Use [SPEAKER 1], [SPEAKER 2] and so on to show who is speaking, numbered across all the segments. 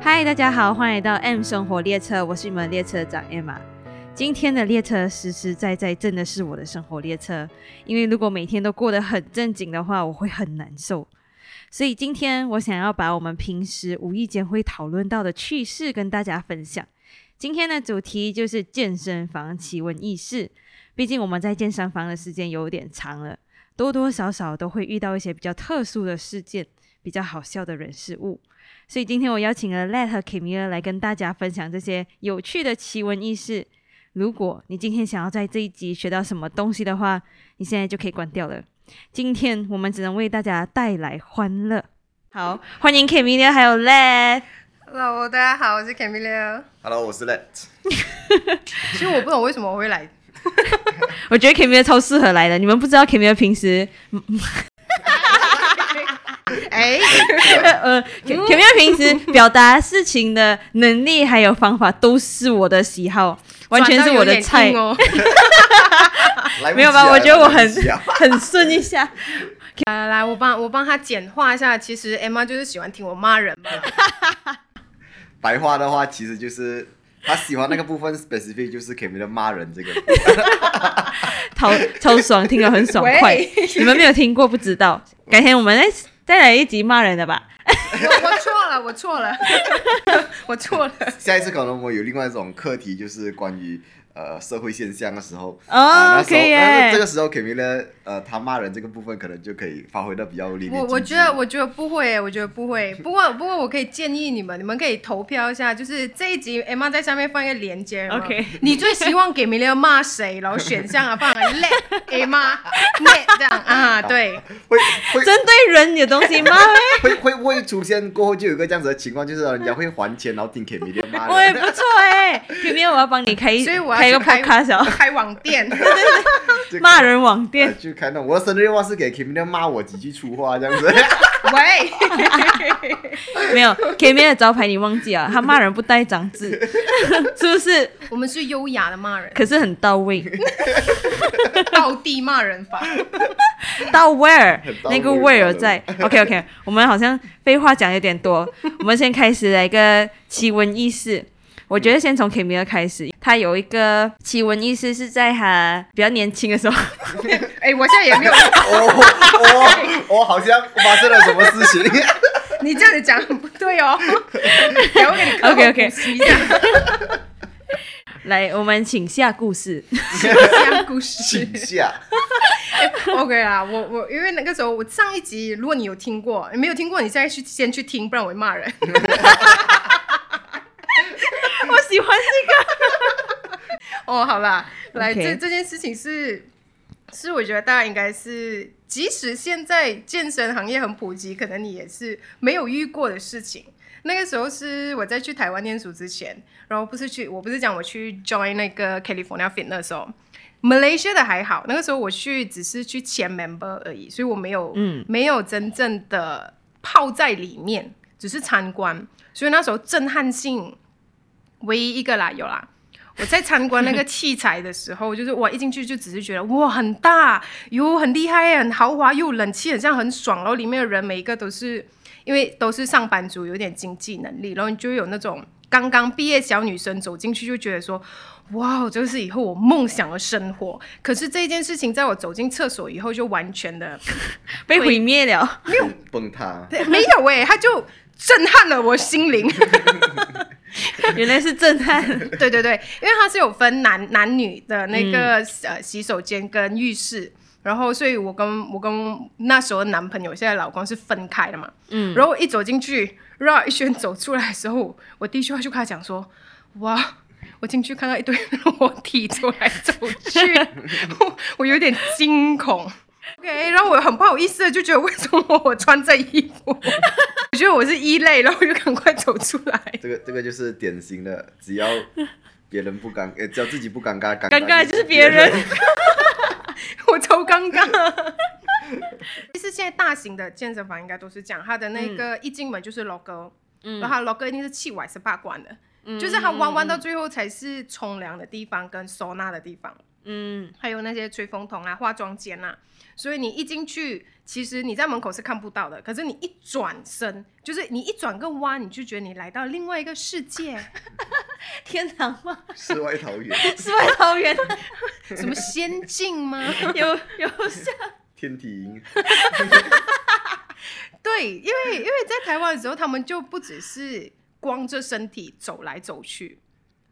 [SPEAKER 1] 嗨，大家好，欢迎到 M 生活列车，我是你们列车长 Emma。今天的列车实实在在真的是我的生活列车，因为如果每天都过得很正经的话，我会很难受。所以今天我想要把我们平时无意间会讨论到的趣事跟大家分享。今天的主题就是健身房奇闻异事，毕竟我们在健身房的时间有点长了，多多少少都会遇到一些比较特殊的事件，比较好笑的人事物。所以今天我邀请了 Let 和 Kimia 来跟大家分享这些有趣的奇闻异事。如果你今天想要在这一集学到什么东西的话，你现在就可以关掉了。今天我们只能为大家带来欢乐。好，欢迎 Kimia 还有 Let。
[SPEAKER 2] Hello，大家好，我是 Camila。
[SPEAKER 3] Hello，我是 Let。
[SPEAKER 2] 其实我不懂为什么我会来，
[SPEAKER 1] 我觉得 Kimia 超适合来的。你们不知道 Kimia 平时，
[SPEAKER 2] 哎、
[SPEAKER 1] 呃
[SPEAKER 2] 嗯
[SPEAKER 1] ，Kimia 平时表达事情的能力还有方法都是我的喜好，完全是我的菜。
[SPEAKER 2] 转到有点硬哦。
[SPEAKER 3] 来不及啊
[SPEAKER 1] 没有吧？我觉得我
[SPEAKER 3] 来
[SPEAKER 1] 很
[SPEAKER 3] 不及啊
[SPEAKER 1] 很顺一下。
[SPEAKER 2] 来来来，我帮我帮他简化一下。其实 Emma 就是喜欢听我骂人嘛。
[SPEAKER 3] 白话的话，其实就是他喜欢那个部分，specific 就是 Kevin 的骂人这个。
[SPEAKER 1] 超超爽，听了很爽快
[SPEAKER 2] 喂。
[SPEAKER 1] 你们没有听过不知道，改天我们再再来一集骂人的吧。
[SPEAKER 2] 我我错了，我错 了，我错了。
[SPEAKER 3] 下一次可能我有另外一种课题，就是关于呃社会现象的时候。
[SPEAKER 1] 哦
[SPEAKER 3] 啊那时候
[SPEAKER 1] 可以耶哎
[SPEAKER 3] 那这个时候 Kevin 呢，呃，他骂人这个部分可能就可以发挥的比较淋漓尽致。
[SPEAKER 2] 我我觉得我觉得不会，我觉得不会。不过不过我可以建议你们，你们可以投票一下，就是这一集 Emma 在下面放一个链接有没有
[SPEAKER 1] OK
[SPEAKER 2] 你最希望 Camila 骂谁？然后选项啊放 Let Emma Let 这样啊，对。
[SPEAKER 3] 会 会
[SPEAKER 1] 针对人有东西 骂呗，
[SPEAKER 3] 会会不会出现过后就有一个这样子的情况，就是人家会还钱，然后听 Kevin 的骂
[SPEAKER 1] 我也
[SPEAKER 3] 人
[SPEAKER 1] 不。错哎、偏偏我要帮你开一
[SPEAKER 2] 所以我要
[SPEAKER 1] 开一个
[SPEAKER 2] 去开
[SPEAKER 1] podcast 哦，
[SPEAKER 2] 开网店，
[SPEAKER 3] 就
[SPEAKER 1] 骂人网
[SPEAKER 3] 呃
[SPEAKER 1] 店。
[SPEAKER 3] 就看到我的生日愿望是给 Kevin 的骂我几句粗话这样子。
[SPEAKER 2] 喂，
[SPEAKER 1] 没有 K 面的招牌你忘记啊了，他骂人不带脏字， 是不是？
[SPEAKER 2] 我们是优雅的骂人，
[SPEAKER 1] 可是很到位，
[SPEAKER 2] 倒地骂人法。
[SPEAKER 1] 到 where
[SPEAKER 3] 很 到
[SPEAKER 1] 那
[SPEAKER 3] 位
[SPEAKER 1] 个 where 有
[SPEAKER 3] 到位
[SPEAKER 1] 在。OK OK，我们好像废话讲有点多，我们先开始来一个奇闻异事。我觉得先从 Kimi 尔开始，他有一个奇闻异事是在他比较年轻的时候，
[SPEAKER 2] 哎、我现在也没有，
[SPEAKER 3] 哦哦哦，好像发生了什么事情。
[SPEAKER 2] 你这样子讲很不对哦。 然后给你
[SPEAKER 1] OK，OK
[SPEAKER 2] 讲
[SPEAKER 1] 来，我们请下故事。
[SPEAKER 2] 讲故 事
[SPEAKER 3] 请。下，
[SPEAKER 2] OK 啦，我我因为那个时候我上一集，如果你有听过，你没有听过，你现在去先去听，不然我会骂人。
[SPEAKER 1] 我喜欢
[SPEAKER 2] 哦，好啦，来
[SPEAKER 1] OK
[SPEAKER 2] 这这件事情是是我觉得大家应该是，即使现在健身行业很普及，可能你也是没有遇过的事情。那个时候是我在去台湾念书之前，然后不是去，我不是讲我去 join 那个 California Fit 那时候，Malaysia 的还好，那个时候我去只是去签 member 而已，所以我没有，
[SPEAKER 1] 嗯
[SPEAKER 2] 没有真正的泡在里面，只是参观，所以那时候震撼性唯一一个啦，有啦。我在参观那个器材的时候，就是我一进去就只是觉得哇很大，哟很厉害耶，很豪华，又有冷气，很像很爽。然后里面的人每一个都是因为都是上班族，有点经济能力，然后你就有那种刚刚毕业小女生走进去就觉得说，哇，这是以后我梦想的生活。可是这件事情在我走进厕所以后就完全的
[SPEAKER 1] 这个，被毁灭 了。
[SPEAKER 3] 没有崩塌，
[SPEAKER 2] 没有哎、它就震撼了我心灵。
[SPEAKER 1] 原来是震撼。
[SPEAKER 2] 对对对，因为它是有分男男女的那个、呃洗手间跟浴室，然后所以我跟我跟那时候的男朋友，现在老公是分开的嘛，嗯，然后我一走进去绕一圈走出来的时候，我第一句话就跟他讲说，哇。我进去看到一堆裸体走来走去， 我我有点惊恐。OK，然后我很不好意思的就觉得为什么我穿这衣服？我觉得我是异类，然后我就赶快走出来。
[SPEAKER 3] 这个这个就是典型的，只要别人不尴，呃，只要自己不尴尬，尴
[SPEAKER 1] 尴尬就是别
[SPEAKER 3] 别
[SPEAKER 1] 人。
[SPEAKER 2] 我超尴尬。 其实现在大型的健身房应该都是这样，它的那个一进门就是 logo，、然后它 logo 一定是气歪十八关的，就是它弯弯到最后才是冲凉的地方跟收纳的地方。
[SPEAKER 1] 嗯，
[SPEAKER 2] 还有那些吹风筒啊、化妆间啊。所以你一进去，其实你在门口是看不到的，可是你一转身，就是你一转个弯，你就觉得你来到另外一个世界，
[SPEAKER 1] 天堂吗？
[SPEAKER 3] 世外桃源，
[SPEAKER 1] 世外桃 源
[SPEAKER 2] 什么仙境吗？
[SPEAKER 1] 有有像
[SPEAKER 3] 天体营，
[SPEAKER 2] 对，因为因为在台湾的时候，他们就不只是光着身体走来走去，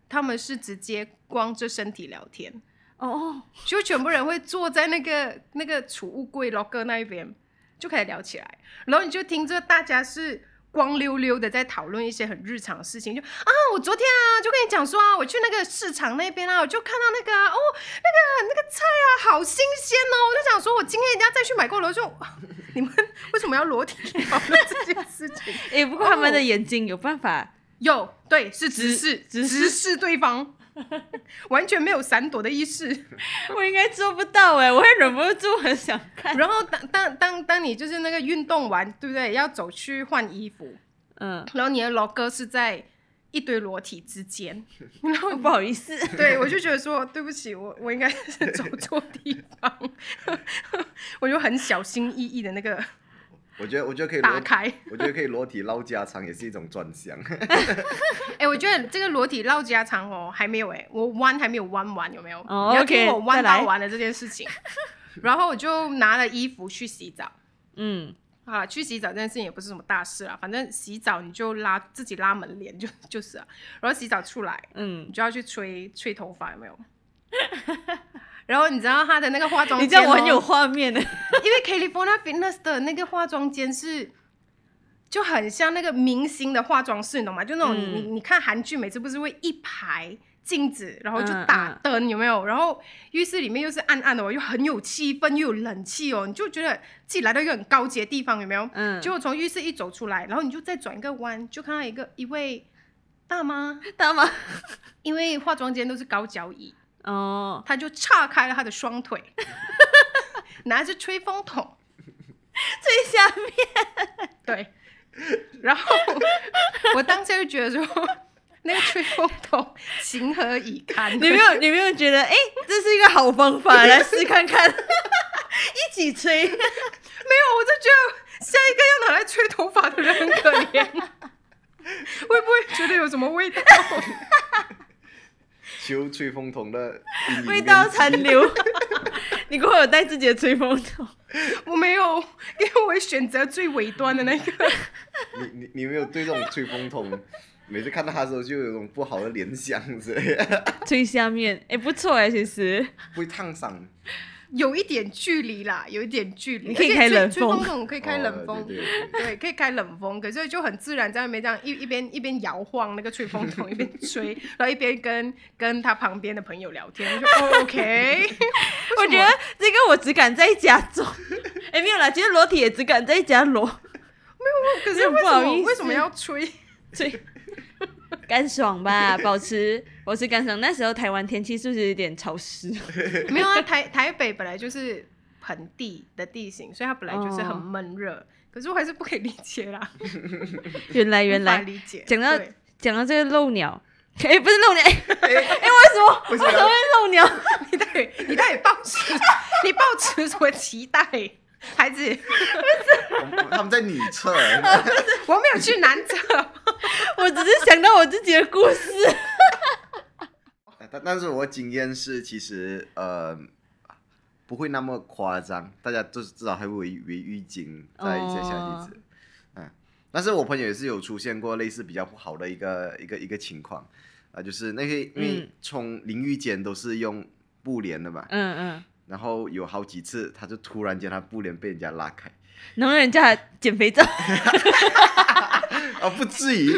[SPEAKER 2] 他们是直接光着身体聊天，
[SPEAKER 1] 哦哦，
[SPEAKER 2] 就全部人会坐在那个那个储物柜 locker 那一边，就开始聊起来，然后你就听着大家是。光溜溜的在讨论一些很日常的事情，就啊，我昨天啊就跟你讲说啊，我去那个市场那边啊，我就看到那个啊、哦，那个那个菜啊，好新鲜哦，我就想说我今天一定要再去买过了，我就哦你们为什么要裸体讨论这件事情？
[SPEAKER 1] 哎、不过他们的眼睛有办法，
[SPEAKER 2] 有，对，是
[SPEAKER 1] 直
[SPEAKER 2] 直视，
[SPEAKER 1] 直视
[SPEAKER 2] 视对方，完全没有闪躲的意识。
[SPEAKER 1] 哦我应该做不到哎、我会忍不住很想看。
[SPEAKER 2] 然后当当当当你就是那个运动完，对不对？要走去换衣服，
[SPEAKER 1] 嗯，
[SPEAKER 2] 然后你的老哥是在一堆裸体 之间，然 后
[SPEAKER 1] 不好意思，
[SPEAKER 2] 对我就觉得说，对不起，我我应该是走错地方， 我就很小心翼翼的那个
[SPEAKER 3] 我觉得我觉得可以
[SPEAKER 2] 打
[SPEAKER 3] 裸，
[SPEAKER 2] 开。
[SPEAKER 3] 我觉得可以裸体唠家常也是一种专项。
[SPEAKER 2] 哎、我觉得这个裸体绕家常哦，还没有哎、我弯还没有弯完，有没有？
[SPEAKER 1] 哦
[SPEAKER 2] 你要
[SPEAKER 1] OK，
[SPEAKER 2] 听我弯
[SPEAKER 1] 再来
[SPEAKER 2] 到完了这件事情。然后我就拿了衣服去洗澡
[SPEAKER 1] 嗯，
[SPEAKER 2] 啊，去洗澡这件事情也不是什么大事啦，反正洗澡你就拉自己拉门帘就 就是啊。然后洗澡出来，
[SPEAKER 1] 嗯
[SPEAKER 2] 你，就要去吹吹头发，有没有？ 然后你知道他的那个化妆
[SPEAKER 1] 你
[SPEAKER 2] 间、哦，
[SPEAKER 1] 这样我很有画面的。
[SPEAKER 2] 因为 California Fitness 的那个化妆间是就很像那个明星的化妆室，你懂吗？就那种你、
[SPEAKER 1] 嗯
[SPEAKER 2] 你你看韩剧，每次不是会一排镜子，然后就
[SPEAKER 1] 嗯
[SPEAKER 2] 打
[SPEAKER 1] 嗯
[SPEAKER 2] 灯，有没有？然后浴室里面又是暗暗的哦，又很有气氛，又有冷气哦，你就觉得自己来到一个很高级的地方，有没有？
[SPEAKER 1] 嗯，
[SPEAKER 2] 结 果从浴室一走出来，然后你就再转一个弯，就看到一个一位大妈，
[SPEAKER 1] 大妈，
[SPEAKER 2] 因为化妆间都是高脚椅，
[SPEAKER 1] 哦，
[SPEAKER 2] 她就岔开了她的双腿， 拿着吹风筒。
[SPEAKER 1] 最下面，
[SPEAKER 2] 对， 然后我当下就觉得说，那个吹风筒情何以堪？
[SPEAKER 1] 你没有你没有觉得哎、这是一个好方 法，来试看看，一起吹。
[SPEAKER 2] 没有，我就觉得下一个要拿来吹头发的人很可怜， 会不会觉得有什么味道？
[SPEAKER 3] 求吹风筒的阴 影
[SPEAKER 1] 味道
[SPEAKER 3] 面积
[SPEAKER 1] 残留。你过后有带自己的吹风筒？
[SPEAKER 2] 我没有，因为我会选择最尾端的那个。
[SPEAKER 3] 你你你没有对这种吹风筒，每次看到它的时候就有种不好的联想之类 的，
[SPEAKER 1] 吹下面，哎、不错哎、其实
[SPEAKER 3] 会烫伤。
[SPEAKER 2] 有一点距离啦，有一点距离。
[SPEAKER 1] 你可以
[SPEAKER 2] 而且
[SPEAKER 1] 开
[SPEAKER 2] 吹
[SPEAKER 1] 冷
[SPEAKER 2] 吹风
[SPEAKER 1] 风。
[SPEAKER 2] 筒可以开冷风，
[SPEAKER 3] 哦对对
[SPEAKER 2] 对可以开冷风，可是就很自然在那边这样一一边一边摇晃那个吹风筒，一边 吹，然后一边跟跟他旁边的朋友聊天，我就 哦 OK
[SPEAKER 1] 我觉得这个我只敢在家做。哎、没有啦，其实裸体也只敢在家裸
[SPEAKER 2] 为什么，可
[SPEAKER 1] 有
[SPEAKER 2] 是
[SPEAKER 1] 点
[SPEAKER 2] 为
[SPEAKER 1] 不好
[SPEAKER 2] 什么
[SPEAKER 1] 意
[SPEAKER 2] 为什么
[SPEAKER 1] 思
[SPEAKER 2] 要 吹？
[SPEAKER 1] 吹， 干爽吧，保持保持干爽。那时候台湾天气是不是有点潮 湿？
[SPEAKER 2] 没有啊，台台北本来就是盆地的地形，所以它本来就是很
[SPEAKER 1] 哦
[SPEAKER 2] 闷热。可是我还是不可以理解啦，
[SPEAKER 1] 原来原
[SPEAKER 2] 无法
[SPEAKER 1] 来，
[SPEAKER 2] 理解。
[SPEAKER 1] 讲到
[SPEAKER 2] 对
[SPEAKER 1] 讲到这个漏鸟， 哎、不是漏鸟，哎、
[SPEAKER 3] 哎，
[SPEAKER 1] 为什么
[SPEAKER 3] 为
[SPEAKER 1] 为
[SPEAKER 3] 什么
[SPEAKER 1] 什么会漏鸟？
[SPEAKER 2] 你到底你到底抱持 你抱持什么期待？孩子，
[SPEAKER 3] 我们他们在女厕，
[SPEAKER 2] 我没有去南 侧，
[SPEAKER 1] 我只是想到我自己的故事。
[SPEAKER 3] 但但是我经验是，其实呃不会那么夸张，大家就是至少还会围围浴巾
[SPEAKER 2] 哦
[SPEAKER 3] 在一些小例子。嗯，但是我朋友也是有出现过类似比较不好的一个一个一个情况，啊、就是那些因为
[SPEAKER 1] 嗯
[SPEAKER 3] 冲淋浴间都是用布帘的嘛，
[SPEAKER 1] 嗯嗯，
[SPEAKER 3] 然后有好几次，他就突然间他布帘被人家拉开，
[SPEAKER 1] 能不能叫他减肥皂？
[SPEAKER 3] 啊，不至于，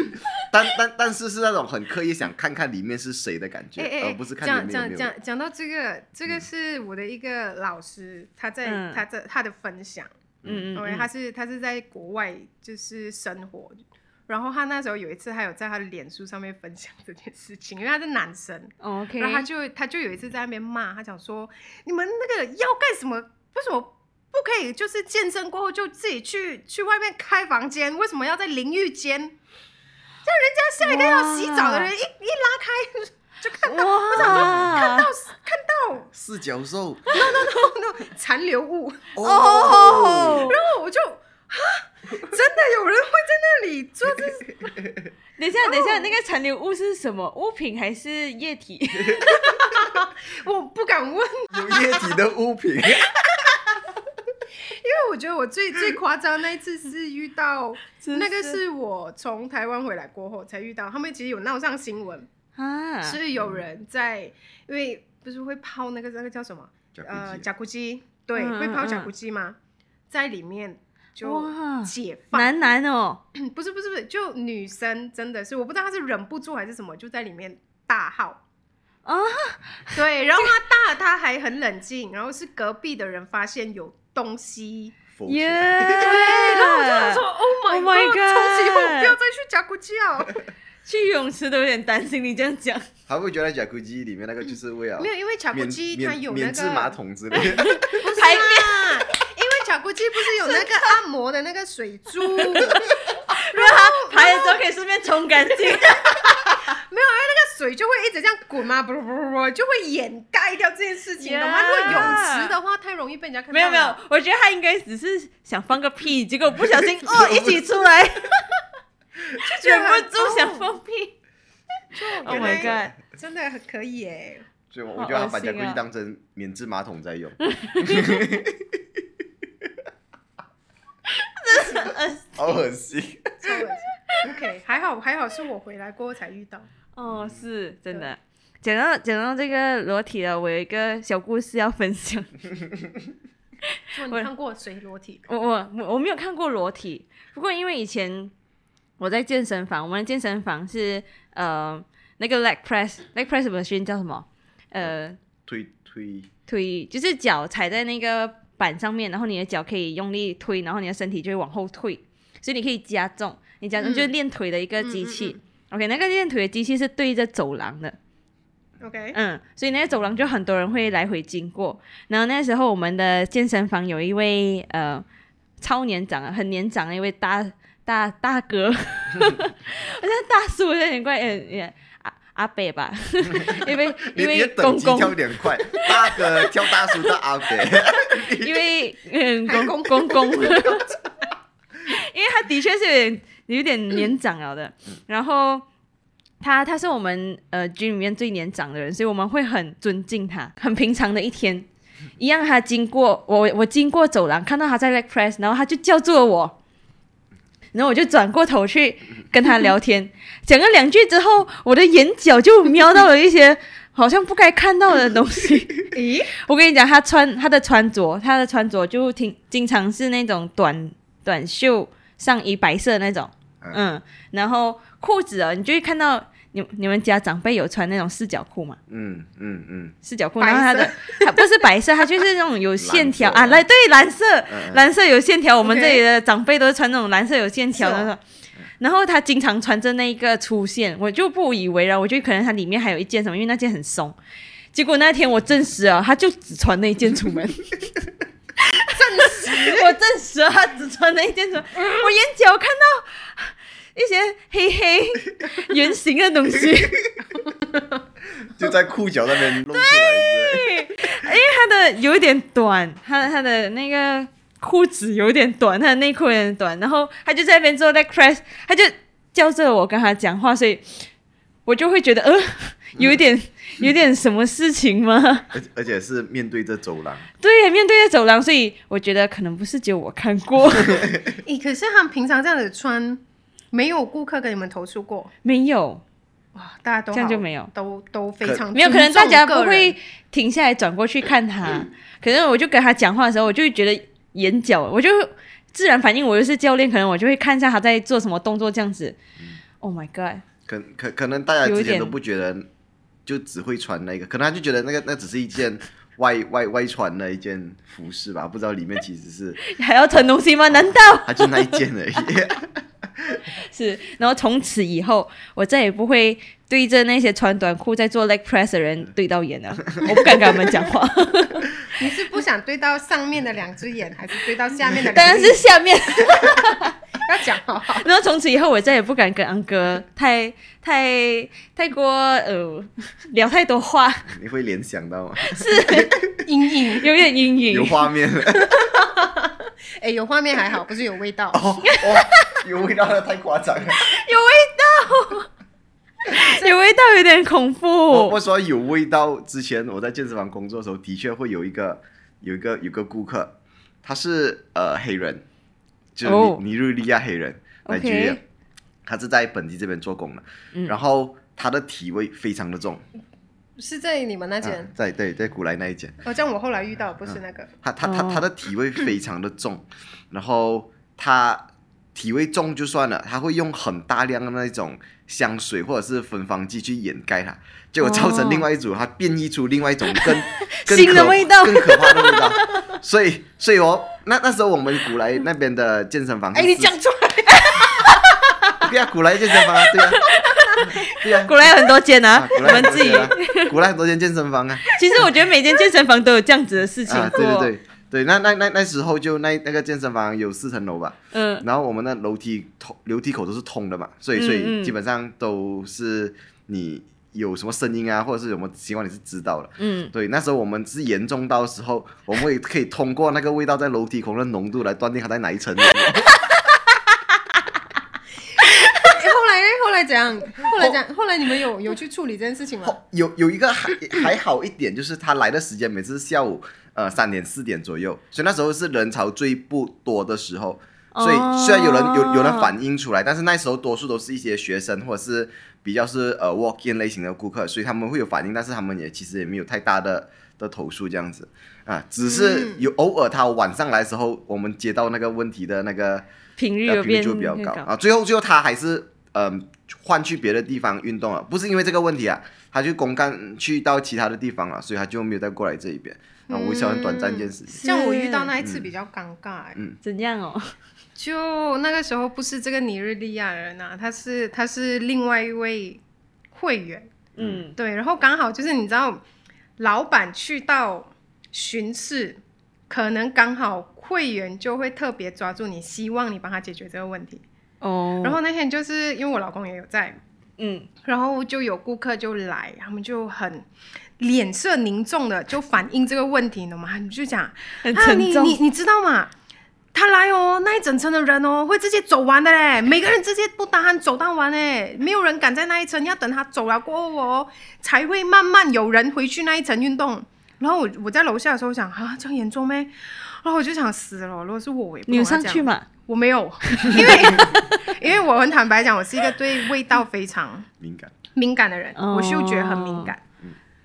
[SPEAKER 3] 但但但是是那种很刻意想看看里面是谁的感觉，
[SPEAKER 2] 哎哎
[SPEAKER 3] 而、
[SPEAKER 2] 哎
[SPEAKER 3] 呃不是看
[SPEAKER 2] 讲
[SPEAKER 3] 里面有
[SPEAKER 2] 讲
[SPEAKER 3] 没有
[SPEAKER 2] 讲讲到这个，这个
[SPEAKER 3] 嗯
[SPEAKER 2] 是我的一个老师，他在、
[SPEAKER 1] 嗯
[SPEAKER 2] 他在他的分享，
[SPEAKER 1] 嗯嗯
[SPEAKER 2] 因为
[SPEAKER 1] 嗯，
[SPEAKER 2] 他是他是在国外就是生活，然后他那时候有一次还有在他的脸书上面分享这件事情，因为他是男生，
[SPEAKER 1] 哦 OK，
[SPEAKER 2] 然后他就他就有一次在那边骂，他讲说你们那个要干什么？为什么不可以就是健身过后就自己去去外面开房间？为什么要在淋浴间？这样人家下一个要洗澡的人一一拉开就看到
[SPEAKER 1] 哇，
[SPEAKER 2] 到看到
[SPEAKER 3] 四脚兽
[SPEAKER 2] 残留物。
[SPEAKER 1] 哦，
[SPEAKER 2] 然后我就啊，真的有人会在那里做这
[SPEAKER 1] 等一
[SPEAKER 2] 哦
[SPEAKER 1] 下，等一下，那个残留物是什么物品还是液 体？
[SPEAKER 2] 我不敢问，因
[SPEAKER 3] 有液体的物 品，
[SPEAKER 2] 为我觉得我最最夸张那一次是遇到
[SPEAKER 1] 真
[SPEAKER 2] 那个是我从台湾回来过后才遇到，他们其实有闹上新闻，
[SPEAKER 1] 啊，
[SPEAKER 2] 是有人在因为不是会泡那个那个叫什么呃
[SPEAKER 3] 讲
[SPEAKER 2] 甲骨鸡，对，
[SPEAKER 1] 嗯
[SPEAKER 2] 会泡
[SPEAKER 1] 嗯
[SPEAKER 2] 甲
[SPEAKER 1] 嗯
[SPEAKER 2] 骨鸡吗？在里面就
[SPEAKER 1] 哇
[SPEAKER 2] 解放，
[SPEAKER 1] 男男哦，
[SPEAKER 2] 不是不是不是，就女生真的是我不知道她是忍不住还是什么，就在里面大号。
[SPEAKER 1] 啊，
[SPEAKER 2] 对，然后他大，他还很冷静，然后是隔壁的人发现有东西，
[SPEAKER 3] 佛啊
[SPEAKER 1] 耶！
[SPEAKER 3] 祖
[SPEAKER 2] 对，然后我就想说，Oh my
[SPEAKER 1] Oh my
[SPEAKER 2] god，从此以后
[SPEAKER 1] god
[SPEAKER 2] 不要再去甲骨 教，
[SPEAKER 1] 去泳池都有点担心你这样讲，
[SPEAKER 3] 还会觉得甲骨鸡里面那个就是为了
[SPEAKER 2] 没有，因为甲骨
[SPEAKER 3] 免
[SPEAKER 2] 鸡它
[SPEAKER 3] 免
[SPEAKER 2] 有那
[SPEAKER 3] 免治
[SPEAKER 2] 个
[SPEAKER 3] 马，桶之类 的，
[SPEAKER 2] 不是啊，因为甲骨鸡不是有那个按摩的那个水 珠，没有，因为那
[SPEAKER 1] 排了之后可以顺便冲干 净。
[SPEAKER 2] 个水就会一直这样滚嘛，不不不不，就会掩盖掉这件事情，懂吗？如果
[SPEAKER 1] Yeah
[SPEAKER 2] 泳池的话，太容易被人家看到，
[SPEAKER 1] 没有没 有，，我觉得他应该只是想放个屁，结果不小心哦一起出 来，
[SPEAKER 2] 就
[SPEAKER 1] 忍
[SPEAKER 2] 觉得
[SPEAKER 1] 不住想。
[SPEAKER 2] 哦
[SPEAKER 1] 放屁。Oh
[SPEAKER 2] 原
[SPEAKER 1] my
[SPEAKER 2] 来
[SPEAKER 1] god！
[SPEAKER 2] 真的很可以耶！
[SPEAKER 3] 所以我
[SPEAKER 1] 好
[SPEAKER 3] 我觉得他
[SPEAKER 1] 恶
[SPEAKER 3] 把甲骨
[SPEAKER 1] 心
[SPEAKER 3] 鸡
[SPEAKER 1] 啊
[SPEAKER 3] 当成免治马桶在用。好恶心！
[SPEAKER 2] 超恶心 OK，还好还好是我回来过后才遇到。
[SPEAKER 1] 哦，是真的。讲到讲到这个裸体了，我有一个小故事要分享。
[SPEAKER 2] 就
[SPEAKER 1] 我
[SPEAKER 2] 你看过谁裸体？
[SPEAKER 1] 我我我没有看过裸体，不过因为以前我在健身房，我们的健身房是呃那个 leg press leg press machine 叫什么？呃，
[SPEAKER 3] 推推
[SPEAKER 1] 推就是脚踩在那个板上面，然后你的脚可以用力推，然后你的身体就会往后退，所以你可以加重，你加重
[SPEAKER 2] 嗯
[SPEAKER 1] 就是练腿的一个机器。
[SPEAKER 2] 嗯
[SPEAKER 1] OK，那个练腿的机器是对着走廊的，
[SPEAKER 2] OK，
[SPEAKER 1] 嗯，所以那个走廊就很多人会来回经过。然后那时候我们的健身房有一位呃超年长啊，很年长的一位大大大哥， 好像大叔有点怪，呃呃阿阿伯吧， 因为
[SPEAKER 3] 你
[SPEAKER 1] 因
[SPEAKER 3] 你
[SPEAKER 1] 为
[SPEAKER 3] 的等
[SPEAKER 1] 公
[SPEAKER 3] 级
[SPEAKER 1] 公
[SPEAKER 3] 跳有点快，大哥跳大叔到阿北，
[SPEAKER 1] 因为嗯，
[SPEAKER 2] 还有
[SPEAKER 1] 公公公， 因为他的确是有点有点年长了的，然后他他是我们呃军里面最年长的人，所以我们会很尊敬他。很平常的一天，一样他经过我我经过走廊看到他在 leg press，然后他就叫住了我。然后我就转过头去跟他聊天，讲了两句之后，我的眼角就瞄到了一些好像不该看到的东西。
[SPEAKER 2] 咦，
[SPEAKER 1] 我跟你讲，他穿他的穿着，他的穿着就挺经常是那种短短袖上衣，白色那种，嗯，然后裤子啊，你就会看到你你们家长辈有穿那种四角裤嘛，
[SPEAKER 3] 嗯嗯嗯，
[SPEAKER 1] 四角裤，
[SPEAKER 2] 白色
[SPEAKER 1] 然后他的它不是白色，它就是那种有线条
[SPEAKER 3] 蓝色
[SPEAKER 1] 啊，来对蓝色
[SPEAKER 3] 嗯，
[SPEAKER 1] 蓝色有线条，我们
[SPEAKER 2] OK
[SPEAKER 1] 这里的长辈都是穿那种蓝色有线条
[SPEAKER 2] 是
[SPEAKER 1] 的
[SPEAKER 2] 哦
[SPEAKER 1] 那种。然后他经常穿着那一个出现，我就不以为然，我就可能他里面还有一件什么，因为那件很松。结果那天我证实了，他就只穿那一件出门。
[SPEAKER 2] 证 实
[SPEAKER 1] 我证实了他只穿那一件出 门，我眼角看到一些黑黑圆形的东西。
[SPEAKER 3] 就在裤脚那边露出来，
[SPEAKER 1] 对，因为它的有一点短，它它的那个裤子有一点短，它的内裤有点短，然后他就在那边做 leg press，他就叫着我跟他讲话，所以我就会觉得呃，有一点有一点什么事情吗？
[SPEAKER 3] 而且而且是面对着走廊，
[SPEAKER 1] 对，面对着走廊，所以我觉得可能不是只有我看过，
[SPEAKER 2] 咦，可是他们平常这样子穿，没有顾客跟你们投诉过
[SPEAKER 1] 没有，
[SPEAKER 2] 哇，大家都
[SPEAKER 1] 这样
[SPEAKER 2] 好
[SPEAKER 1] 就没有。
[SPEAKER 2] 都都非
[SPEAKER 3] 可
[SPEAKER 2] 常
[SPEAKER 1] 没有，可能大
[SPEAKER 2] 尊重
[SPEAKER 1] 家
[SPEAKER 2] 个
[SPEAKER 1] 不
[SPEAKER 2] 人嗯
[SPEAKER 1] 会停下来转过去看他。可能我就跟他讲话的时候，我就会觉得眼角，我就自然反应，我又是教练，可能我就会看一下他在做什么动作这样子。Oh
[SPEAKER 2] 嗯
[SPEAKER 1] my god！
[SPEAKER 3] 可可可能大家
[SPEAKER 1] 有
[SPEAKER 3] 之
[SPEAKER 1] 一
[SPEAKER 3] 前
[SPEAKER 1] 点
[SPEAKER 3] 都不觉得，就只会穿那个，可能他就觉得那个那只是一件外外外穿的一件服饰吧，不知道里面其实是
[SPEAKER 1] 还要囤东西吗？难道
[SPEAKER 3] 他就那一件而已。
[SPEAKER 1] 是？然后从此以后，我再也不会对着那些穿短裤在做 leg press 的人对到眼了。我不敢跟他们讲 话，
[SPEAKER 2] 你是不想对到上面的两只眼，还是对到下面的？
[SPEAKER 1] 当然是，下面。
[SPEAKER 2] 要讲好好。
[SPEAKER 1] 然后从此以后，我再也不敢跟安哥太太太过呃聊太多话，
[SPEAKER 3] 你会联想到吗？
[SPEAKER 2] 阴影，
[SPEAKER 1] 有点阴影
[SPEAKER 3] 有。画面
[SPEAKER 2] 哎、有画面还好，不是有味道。
[SPEAKER 3] 哦，哇，有味道的太夸张了。
[SPEAKER 1] 有味道，有点恐
[SPEAKER 3] 哦我
[SPEAKER 1] 怖
[SPEAKER 3] 我。说有味道之前，我在健身房工作的时候，的确会有一个有一个有一个顾客，他是呃黑人，就是尼、
[SPEAKER 1] 哦
[SPEAKER 3] 尼日利亚黑人
[SPEAKER 1] OK
[SPEAKER 3] ，Nigeria，他是在本地这边做工的，
[SPEAKER 1] 嗯
[SPEAKER 3] 然后他的体味非常的重，
[SPEAKER 2] 是在你们那
[SPEAKER 3] 嗯
[SPEAKER 2] 间？
[SPEAKER 3] 在对在古莱那一间，
[SPEAKER 2] 哦，这样我后来遇到不是那个。
[SPEAKER 3] 他他他
[SPEAKER 1] 哦
[SPEAKER 3] 他的体味非常的重， 然后他体味重就算了，他会用很大量的那种香水或者是芬芳剂去掩盖它，结果造
[SPEAKER 1] 哦
[SPEAKER 3] 成另外一组他变异出另外一种更更
[SPEAKER 1] 新的
[SPEAKER 3] 可
[SPEAKER 1] 味道
[SPEAKER 3] 更可怕的味道。所以所以哦，那那时候我们古来那边的健身房是
[SPEAKER 2] 哎、
[SPEAKER 3] 四，
[SPEAKER 2] 你讲出
[SPEAKER 1] 啊
[SPEAKER 2] 来，
[SPEAKER 3] 对啊，古来健身房啊，对 啊，对啊。
[SPEAKER 1] 果然有很多间啊
[SPEAKER 3] 啊，
[SPEAKER 1] 我
[SPEAKER 3] 古来
[SPEAKER 1] 们
[SPEAKER 3] 很多
[SPEAKER 1] 自己
[SPEAKER 3] 间。啊古来很多间健身房啊，
[SPEAKER 1] 其实我觉得每间健身房都有这样子的事情
[SPEAKER 3] 啊，
[SPEAKER 1] 过。
[SPEAKER 3] 对对对对，那那那那时候就那那个健身房有四层楼吧，
[SPEAKER 1] 嗯，
[SPEAKER 3] 然后我们的楼梯通楼梯口都是通的嘛，所
[SPEAKER 1] 嗯
[SPEAKER 3] 以所以
[SPEAKER 1] 嗯
[SPEAKER 3] 基本上都是你有什么声音啊，或者是有什么情况你是知道的。
[SPEAKER 1] 嗯
[SPEAKER 3] 对，那时候我们是严重到时候，我们也可以通过那个味道在楼梯口的浓度来断定它在哪一层。
[SPEAKER 2] 哎后来后来 怎样？后来怎样？后来你们有有去处理这件事情吗？
[SPEAKER 3] 有有一个还还好一点，就是它来的时间每次是下午呃三点四点左右，所以那时候是人潮最不多的时候。
[SPEAKER 1] 哦
[SPEAKER 3] 所以虽然有人有有人反映出来，但是那时候多数都是一些学生或者是比较是呃 walk in 类型的顾客，所以他们会有反应，但是他们也其实也没有太大的的投诉这样子啊，只是
[SPEAKER 2] 嗯
[SPEAKER 3] 有偶尔他晚上来的时候，我们接到那个问题的那个
[SPEAKER 1] 频率
[SPEAKER 3] 呃
[SPEAKER 1] 有
[SPEAKER 3] 频率
[SPEAKER 1] 变
[SPEAKER 3] 就比较高啊。最后最后他还是嗯、换去别的地方运动了，不是因为这个问题啊，他去公干去到其他的地方了，所以他就没有再过来这一边。啊，我想很短
[SPEAKER 1] 嗯
[SPEAKER 3] 暂一件事情。
[SPEAKER 2] 像我遇到那一次比较尴尬、哎
[SPEAKER 3] 嗯
[SPEAKER 1] 怎样哦？
[SPEAKER 2] 就那个时候不是这个尼日利亚人啊，他是他是另外一位会员，
[SPEAKER 1] 嗯
[SPEAKER 2] 对，然后刚好就是你知道，老板去到巡视，可能刚好会员就会特别抓住你，希望你帮他解决这个问题。
[SPEAKER 3] 嗯
[SPEAKER 1] 哦，
[SPEAKER 2] 然后那天就是因为我老公也有在，
[SPEAKER 1] 嗯
[SPEAKER 2] 然后就有顾客就来，他们就很脸色凝重的就反映这个问题，你懂吗？你就讲
[SPEAKER 1] 很
[SPEAKER 2] 啊，
[SPEAKER 1] 沉
[SPEAKER 2] 你
[SPEAKER 1] 重
[SPEAKER 2] 你你知道吗？他来哦，那一整层的人哦，会直接走完的嘞，每个人直接不打喊走到完嘞，没有人敢在那一层，要等他走了过后哦，才会慢慢有人回去那一层运动。然后我我在楼下的时候想啊，这样严重咩？然后我就想死了，如果是我，我也不
[SPEAKER 1] 你有
[SPEAKER 2] 懂要
[SPEAKER 1] 上
[SPEAKER 2] 这样
[SPEAKER 1] 去吗？
[SPEAKER 2] 我没有，因 为因为我很坦白讲，我是一个对味道非常
[SPEAKER 3] 敏感，
[SPEAKER 2] 敏感的人，
[SPEAKER 1] 哦
[SPEAKER 2] 我嗅觉很敏感，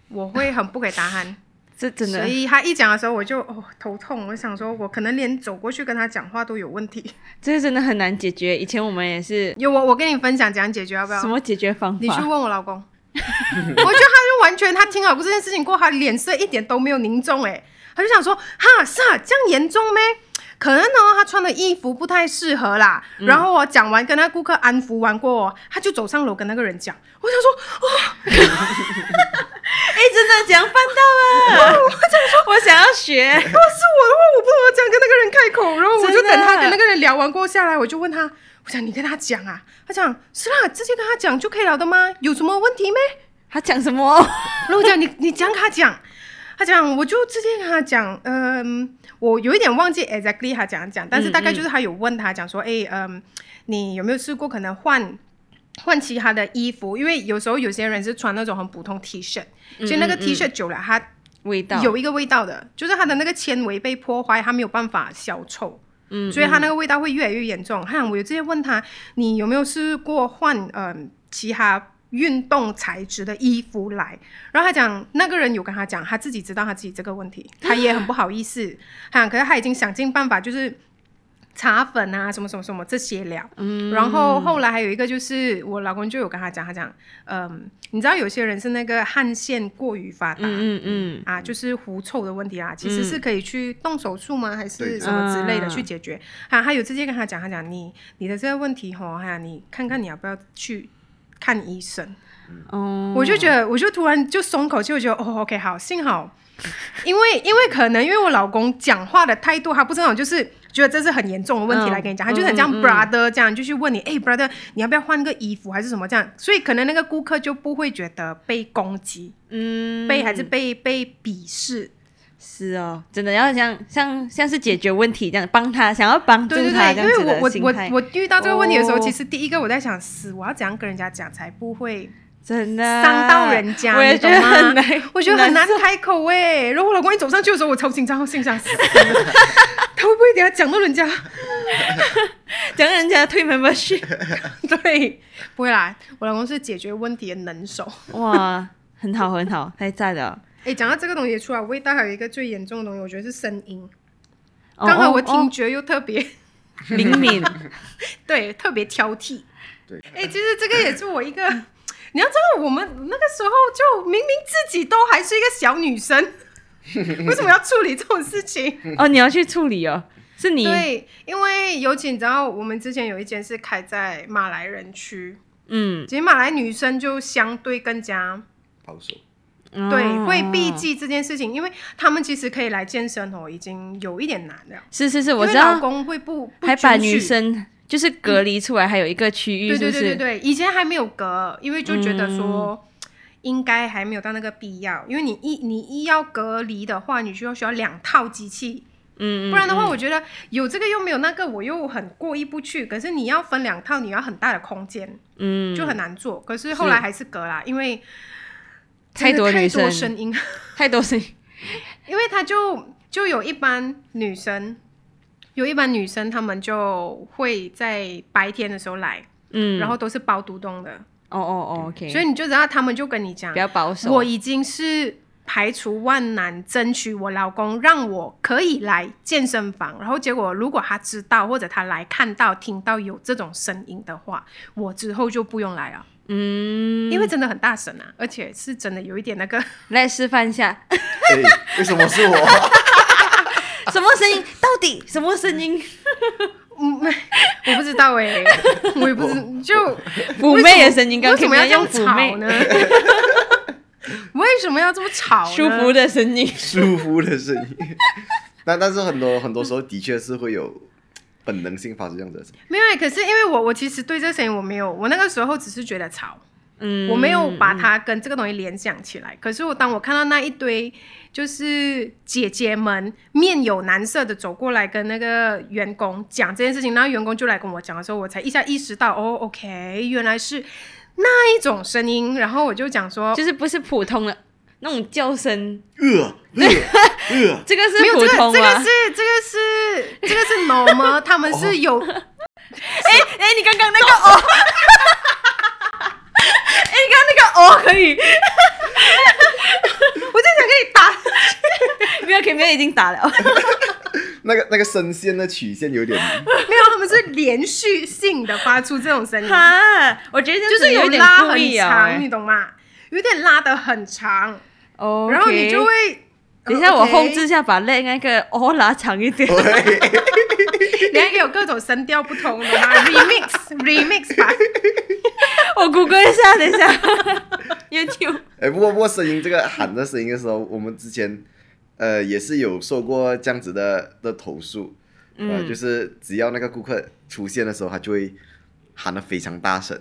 [SPEAKER 2] 我会很不给答案。
[SPEAKER 1] 这真的
[SPEAKER 2] 所，以他一讲的时候，我就哦头痛，我想说，我可能连走过去跟他讲话都有问题。
[SPEAKER 1] 这真的很难解决。以前我们也是
[SPEAKER 2] 有我，我跟你分享怎样解决，要不要
[SPEAKER 1] 什？么解决方
[SPEAKER 2] 你去
[SPEAKER 1] 法？
[SPEAKER 2] 问我老公。我觉得他就完全，他听好过这件事情过后，他脸色一点都没有凝重，哎，他就想说，哈，是啊，这样严重咩？可能呢，他穿的衣服不太适合啦。
[SPEAKER 1] 嗯
[SPEAKER 2] 然后我讲完，跟那顾客安抚完过后，他就走上楼跟那个人讲。我想说， 哦
[SPEAKER 1] 哎，真的讲办到了！我想说，我想要 学。
[SPEAKER 2] 要是我的话，我不知道怎样跟那个人开口，然后我就
[SPEAKER 1] 真的
[SPEAKER 2] 等他跟那个人聊完过后下来，我就问他，我讲你跟他讲啊，他讲是啦，直接跟他讲就可以了的吗？有什么问题没？
[SPEAKER 1] 他讲什么？
[SPEAKER 2] 然后我讲你你讲跟他讲，他讲我就直接跟他讲，嗯，我有一点忘记 exactly 他讲讲，但是大概就是他有问他讲说，哎，嗯，你有没有试过可能换？换其他的衣服，因为有时候有些人是穿那种很普通 T 恤，
[SPEAKER 1] 嗯
[SPEAKER 2] 所以那个 T 恤久了，它
[SPEAKER 1] 味道
[SPEAKER 2] 有一个味道的，就是它的那个纤维被破坏，它没有办法消臭，
[SPEAKER 1] 嗯
[SPEAKER 2] 所以它那个味道会越来越严重。看，我有直接问他，你有没有试过换嗯、呃其他运动材质的衣服来？然后他讲，那个人有跟他讲，他自己知道他自己这个 问题，他也很不好意思，哈、可是他已经想尽办法，就是。茶粉啊，什么什么什么这些了，嗯，然后后来还有一个就是我老公就有跟他讲，他讲，嗯，你知道有些人是那个汗腺过于发达，
[SPEAKER 1] 嗯嗯嗯，
[SPEAKER 2] 啊，就是狐臭的问题啊，其实是可以去动手术吗？还是
[SPEAKER 3] 对
[SPEAKER 2] 什么之类的
[SPEAKER 1] 嗯
[SPEAKER 2] 去解决？啊，还有直接跟他讲，他讲你你的这个问题吼，哈、你看看你要不要去看医生？
[SPEAKER 1] 哦，
[SPEAKER 2] 我就觉得，我就突然就松口气，我觉得哦，OK，好，幸好，因为因为可能因为我老公讲话的态度，他不是那种就是觉得这是很严重的问题
[SPEAKER 1] 嗯
[SPEAKER 2] 来跟你讲，他就是很像
[SPEAKER 1] 嗯嗯
[SPEAKER 2] brother 这样，就去问你，哎、b r o t h e r 你要不要换个衣服还是什么这样，所以可能那个顾客就不会觉得被攻击，
[SPEAKER 1] 嗯，
[SPEAKER 2] 被还是被被鄙视，
[SPEAKER 1] 是哦，真的要像像像是解决问题这样，帮他想要帮助
[SPEAKER 2] 对对
[SPEAKER 1] 他这
[SPEAKER 2] 对，
[SPEAKER 1] 样
[SPEAKER 2] 因为
[SPEAKER 1] 子
[SPEAKER 2] 我
[SPEAKER 1] 的
[SPEAKER 2] 我
[SPEAKER 1] 心态，
[SPEAKER 2] 我我遇到这个问题的时候，
[SPEAKER 1] 哦
[SPEAKER 2] 其实第一个我在想，死我要怎样跟人家讲才不会
[SPEAKER 1] 真的啊
[SPEAKER 2] 伤到人家，
[SPEAKER 1] 呃我也
[SPEAKER 2] 你
[SPEAKER 1] 觉
[SPEAKER 2] 懂
[SPEAKER 1] 得
[SPEAKER 2] 吗
[SPEAKER 1] 很难，
[SPEAKER 2] 我觉得很难
[SPEAKER 1] 受
[SPEAKER 2] 开口哎、然后我老公一走上去的时候，我超紧张，我 心想死了他会不会等下讲到人家？
[SPEAKER 1] 讲人家退门不去，
[SPEAKER 2] 对，不会啦，我老公是解决问题的能手。
[SPEAKER 1] 哇，很好很好，太赞了。
[SPEAKER 2] 哎、讲到这个东西出来，味道还有一个最严重的东西，我觉得是声音。
[SPEAKER 1] 哦
[SPEAKER 2] 刚好我
[SPEAKER 1] 哦
[SPEAKER 2] 听
[SPEAKER 1] 哦
[SPEAKER 2] 觉又特别、
[SPEAKER 1] 灵 敏，
[SPEAKER 2] 对，特别挑剔。
[SPEAKER 3] 对，
[SPEAKER 2] 哎、其实这个也是我一个， 你要知道，我们那个时候就明明自己都还是一个小女生， 为什么要处理这种事 情？
[SPEAKER 1] 哦，你要去处理哦，是你，
[SPEAKER 2] 对，因为尤其你知道，我们之前有一间是开在马来人区，
[SPEAKER 1] 嗯，
[SPEAKER 2] 其实马来女生就相对更加
[SPEAKER 3] 保守。
[SPEAKER 2] 对
[SPEAKER 1] 哦
[SPEAKER 2] 会避忌这件事情，因为她们其实可以来健身哦，已经有一点难了。
[SPEAKER 1] 是是是，
[SPEAKER 2] 因
[SPEAKER 1] 我
[SPEAKER 2] 为
[SPEAKER 1] 知
[SPEAKER 2] 老
[SPEAKER 1] 道，
[SPEAKER 2] 公会不不
[SPEAKER 1] 还把
[SPEAKER 2] 允许
[SPEAKER 1] 女生就是隔离出来，还有一个区域，是
[SPEAKER 2] 对
[SPEAKER 1] 嗯
[SPEAKER 2] 对
[SPEAKER 1] 不
[SPEAKER 2] 对对
[SPEAKER 1] 是？
[SPEAKER 2] 对，以前还没有隔，因为就觉得说。应该还没有到那个必要，因为你一你一要隔离的话，你需要需要两套机器，
[SPEAKER 1] 嗯，嗯
[SPEAKER 2] 不然的话，我觉得有这个又没有那个，我又很过意不去。可是你要分两套，你要很大的空间，
[SPEAKER 1] 嗯，
[SPEAKER 2] 就很难做。可是后来还是隔啦，因为
[SPEAKER 1] 太多
[SPEAKER 2] 真的
[SPEAKER 1] 女
[SPEAKER 2] 太多
[SPEAKER 1] 生
[SPEAKER 2] 声音，
[SPEAKER 1] 太多事情，
[SPEAKER 2] 因为他就就有一班女生，有一班女生，她们就会在白天的时候来，
[SPEAKER 1] 嗯，
[SPEAKER 2] 然后都是包独栋的，
[SPEAKER 1] 哦哦哦，OK，
[SPEAKER 2] 所以你就知道他们就跟你讲
[SPEAKER 1] 比，较保守，
[SPEAKER 2] 我已经是排除万难，争取我老公让我可以来健身房。然后结果，如果他知道或者他来看到、听到有这种声音的话，我之后就不用来了，
[SPEAKER 1] 嗯，
[SPEAKER 2] 因为真的很大声啊，而且是真的有一点那个
[SPEAKER 1] 来示范一下，
[SPEAKER 3] 哎，为什么是我？
[SPEAKER 1] 什么声音？到底什么声 音？
[SPEAKER 2] 我不知道哎、我也 不知就
[SPEAKER 1] 妩媚的声音，刚
[SPEAKER 2] 为什
[SPEAKER 1] 刚
[SPEAKER 2] 么要这
[SPEAKER 1] 用
[SPEAKER 2] 样
[SPEAKER 1] 妩
[SPEAKER 2] 吵
[SPEAKER 1] 媚
[SPEAKER 2] 呢？ 为什么要这么吵呢？
[SPEAKER 1] 舒服的声音，
[SPEAKER 3] 舒服的声音。 但但是很多很多时候的确是会有本能性发生这样子的事情。
[SPEAKER 2] 没有，欸可是因为我我其实对这个声音我没有，我那个时候只是觉得吵，
[SPEAKER 1] 嗯，
[SPEAKER 2] 我没有把它跟这个东西联想起来。可是我当我看到那一堆就是姐姐们面有难色的走过来跟那个员工讲这件事情，然后员工就来跟我讲的时候，我才一下意识到，哦，OK，原来是那一种声音。然后我就讲说，
[SPEAKER 1] 就是不是普通的那种叫声，
[SPEAKER 3] 呃呃呃，
[SPEAKER 1] 这个
[SPEAKER 2] 没
[SPEAKER 1] 是
[SPEAKER 2] 有
[SPEAKER 1] 普
[SPEAKER 2] 这个，
[SPEAKER 1] 通
[SPEAKER 2] 这个
[SPEAKER 1] 啊
[SPEAKER 2] 是。这个是这个是 normal，他们是有
[SPEAKER 1] 哎哎，你刚刚那个哦， 哎，你刚刚那个哦可以，
[SPEAKER 2] 我就想跟你打。
[SPEAKER 1] 没有，没有，已经打 了。
[SPEAKER 3] 那个那个声线的曲线有点，
[SPEAKER 2] 没有，他们是连续性的发出这种声音，
[SPEAKER 1] 哈，我觉得这
[SPEAKER 2] 就是
[SPEAKER 1] 有点
[SPEAKER 2] 拉
[SPEAKER 1] 故
[SPEAKER 2] 很
[SPEAKER 1] 意啊
[SPEAKER 2] 长，你
[SPEAKER 1] 哎
[SPEAKER 2] 懂吗？有点拉的很长，
[SPEAKER 1] 哦，
[SPEAKER 2] 然后你就。会。呃
[SPEAKER 1] 等一下，我后置
[SPEAKER 2] 置，
[SPEAKER 1] 一下，把那那个哦拉长一点。
[SPEAKER 2] 你还有各种声调不同的 吗？remix remix 吧，
[SPEAKER 1] 我谷歌一下，等一 下。YouTube
[SPEAKER 3] 哎，不过不过声音这个喊的声音的时候，我们之前呃也是有受过这样子的的投诉，呃，
[SPEAKER 1] 嗯
[SPEAKER 3] 就是只要那个顾客出现的时候，他就会喊的非常大声。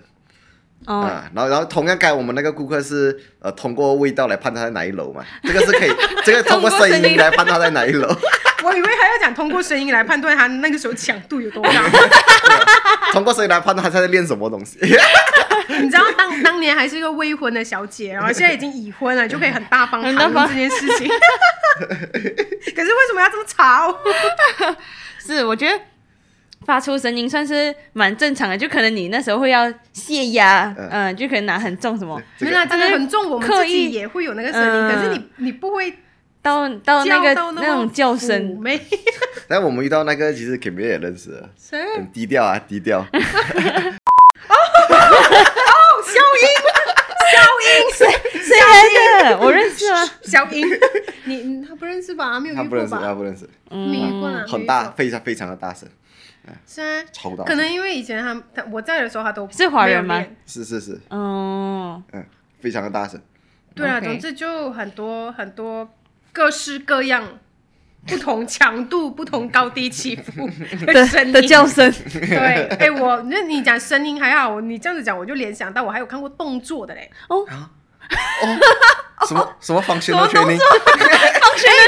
[SPEAKER 1] 哦，
[SPEAKER 3] 啊，然后然后同样该我们那个顾客是呃通过味道来判断他在哪一楼嘛，这个是可以，这个通过声音来判断他在哪一楼，
[SPEAKER 2] 我以为还要讲通过声音来判断他那个时候强度有多高。
[SPEAKER 3] 通过声音来判断他在练什么东西。
[SPEAKER 2] 你知道当当年还是一个未婚的小姐，然后现在已经已婚了，就可以很大方
[SPEAKER 1] 很大
[SPEAKER 2] 谈
[SPEAKER 1] 方
[SPEAKER 2] 论这件事 情。可是为什么要这么吵？
[SPEAKER 1] 是，我觉得发出声音算是蛮正常的，就可能你那时候会要泄压，
[SPEAKER 3] 嗯
[SPEAKER 1] 嗯，就可能拿很重什么，
[SPEAKER 3] 这
[SPEAKER 2] 没
[SPEAKER 3] 个
[SPEAKER 2] 啦，真的很重，我们
[SPEAKER 1] 刻
[SPEAKER 2] 自
[SPEAKER 1] 意
[SPEAKER 2] 己也会有那个声音，
[SPEAKER 1] 嗯
[SPEAKER 2] 可是你你不会
[SPEAKER 1] 到到那个
[SPEAKER 2] 叫到
[SPEAKER 1] 那种叫
[SPEAKER 2] 妩
[SPEAKER 1] 声，
[SPEAKER 2] 媚。
[SPEAKER 3] 但我们遇到那个其实 Kimi 也认识了，
[SPEAKER 2] 谁？
[SPEAKER 3] 很低调啊，低调。
[SPEAKER 2] 哦， 消音，消音，
[SPEAKER 1] 谁来的？我认识啊，
[SPEAKER 2] 消 音。你你他不认识吧？没有
[SPEAKER 3] 他
[SPEAKER 2] 遇
[SPEAKER 3] 不
[SPEAKER 2] 过
[SPEAKER 3] 认识，他
[SPEAKER 2] 吧？
[SPEAKER 3] 不认识，
[SPEAKER 2] 没遇过啦，没
[SPEAKER 3] 嗯很
[SPEAKER 2] 遇
[SPEAKER 3] 大，
[SPEAKER 2] 过。
[SPEAKER 3] 非常非常的大声，
[SPEAKER 2] 是啊，
[SPEAKER 3] 超大声。
[SPEAKER 2] 可能因为以前他他我在的时候他都
[SPEAKER 1] 是华人吗
[SPEAKER 2] 没有练？
[SPEAKER 3] 是是是，
[SPEAKER 1] 哦，
[SPEAKER 3] 嗯，非常的大声。
[SPEAKER 2] 对啊，
[SPEAKER 1] OK
[SPEAKER 2] 总之就很多很多各式各样不同强度、不同高低起 伏的声
[SPEAKER 1] 的
[SPEAKER 2] 音
[SPEAKER 1] 的叫声，
[SPEAKER 2] 对，哎、我那你讲声音还好，你这样子讲我就联想到我还有看过动作的嘞，
[SPEAKER 1] 哦
[SPEAKER 3] 什么哦什么 functional
[SPEAKER 1] 什么放学的
[SPEAKER 2] 不
[SPEAKER 3] training？
[SPEAKER 2] 是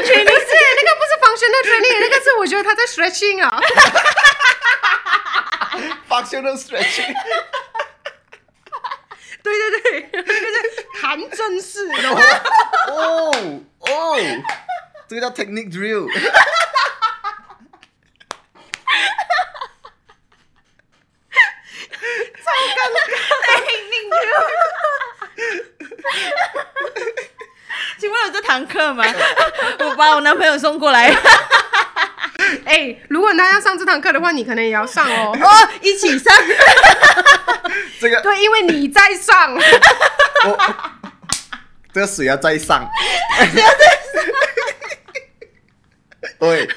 [SPEAKER 2] 那个不是 functional training，那个是我觉得他在 stretching 啊。
[SPEAKER 3] functional stretching，
[SPEAKER 2] 对对对，那个是谈正事，你懂吗
[SPEAKER 3] 哦哦，这个叫 technique drill，
[SPEAKER 1] 请问有这堂课吗？ 我把我男朋友送过来 哦，
[SPEAKER 2] 哎、如果大家上这堂课的话，你可能也要上哦。
[SPEAKER 1] 一起上。
[SPEAKER 3] 这个
[SPEAKER 2] 对，因为你在上，
[SPEAKER 3] 我 这个水要再上，对，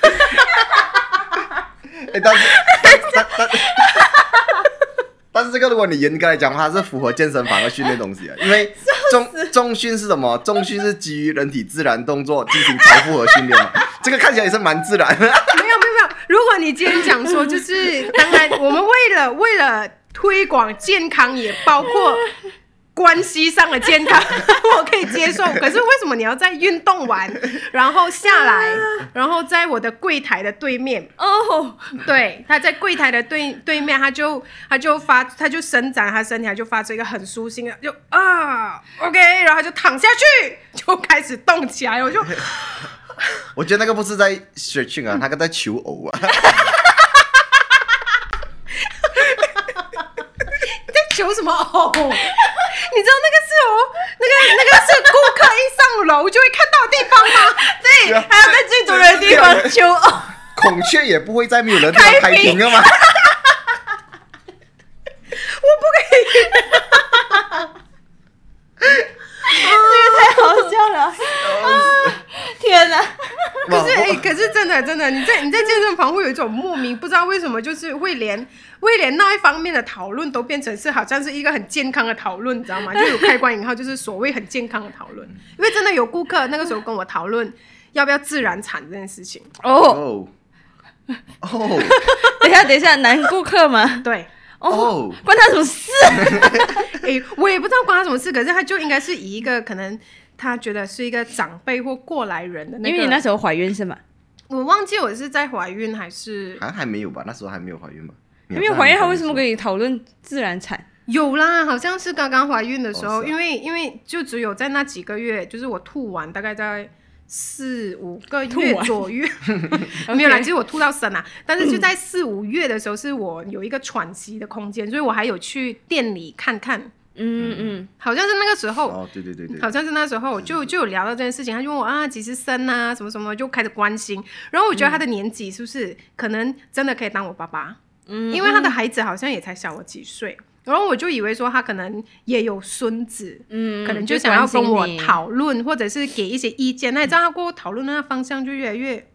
[SPEAKER 3] 哎，但是但但但 但是这个如果你严格来讲的话，它是符合健身房的训练东西啊的，因为重重训是什么？重训是基于人体自然动作进行超负荷训练嘛， 这个看起来也是蛮自然
[SPEAKER 2] 没
[SPEAKER 3] 的。
[SPEAKER 2] 有没有没有。如果你今天讲说，就是当然，我们为了为了推广健康，也包括关系上的健康， 我可以接受。可是为什么你要在运动完，然后下来，然后在我的柜台的对面，
[SPEAKER 1] 哦，
[SPEAKER 2] 对，他在柜台的对对面，他就他就发，他就伸展他身体，他就发出一个很舒心的，就啊，OK，然后他就躺下去，就开始动起来，我就
[SPEAKER 3] 我觉得那个不是在 stretching 啊，那个在求偶啊。
[SPEAKER 2] 你在 求什么哦偶？你知道那个是哦，那个那个是顾客一上楼就会看到的地方 吗？
[SPEAKER 1] 对，
[SPEAKER 3] 是啊
[SPEAKER 1] 还要在最多人的地方求偶。
[SPEAKER 3] 孔雀也不会在没有人的地方开屏的嘛。
[SPEAKER 1] 这个太好笑了！天哪，
[SPEAKER 2] 可是
[SPEAKER 3] 哇
[SPEAKER 2] 哎、
[SPEAKER 3] 我
[SPEAKER 2] 可是真的真的，你在你在健身房会有一种莫名不知道为什么，就是会连 会连那一方面的讨论都变成是好像是一个很健康的讨论，你知道 吗？就有开关引号，就是所谓很健康的讨论。因为真的有顾客那个时候跟我讨论要不要自然产这件事情，
[SPEAKER 1] 哦，
[SPEAKER 3] 哦哦
[SPEAKER 1] 等一下，等一下，男顾客吗？
[SPEAKER 2] 对，
[SPEAKER 1] 哦
[SPEAKER 3] 哦，
[SPEAKER 1] 关他什么事？
[SPEAKER 2] 哎、我也不知道关他什么事，可是他就应该是以一个可能他觉得是一个长辈或过来人的那
[SPEAKER 1] 因
[SPEAKER 2] 个，
[SPEAKER 1] 为你那时候怀孕是吗？
[SPEAKER 2] 我忘记我是在怀孕还是
[SPEAKER 3] 好像还没有吧，那时候还没有怀孕吧？
[SPEAKER 1] 还没有怀孕，他为什么
[SPEAKER 3] 以？
[SPEAKER 1] 跟你讨论自然产？
[SPEAKER 2] 有啦，好像是刚刚怀孕的时候，
[SPEAKER 3] 哦是啊
[SPEAKER 2] 因为因为就只有在那几个月，就是我吐完大概在四五个
[SPEAKER 1] 吐
[SPEAKER 2] 月
[SPEAKER 1] 完
[SPEAKER 2] 左右， 没有啦，
[SPEAKER 1] OK
[SPEAKER 2] 其实我吐到生啊，但是就 在四五月的时候，是我有一个喘息的空间，所以我还有去店里看看，
[SPEAKER 1] 嗯嗯，
[SPEAKER 2] 好像是那个时候。
[SPEAKER 3] 哦，对对对对，
[SPEAKER 2] 好像是那时候就就有聊到这件事情，他就问我啊几时生啊什么什么，就开始关心。然后我觉得他的年纪是不是、可能真的可以当我爸爸？
[SPEAKER 1] 嗯
[SPEAKER 2] 因为他的孩子好像也才小我几岁，然后我就以为说他可能也有孙子，
[SPEAKER 1] 嗯
[SPEAKER 2] 可能就想要跟我。
[SPEAKER 1] 就关心你
[SPEAKER 2] 讨论，或者是给一些意见。那你知道他跟我讨论那个方向就越来越，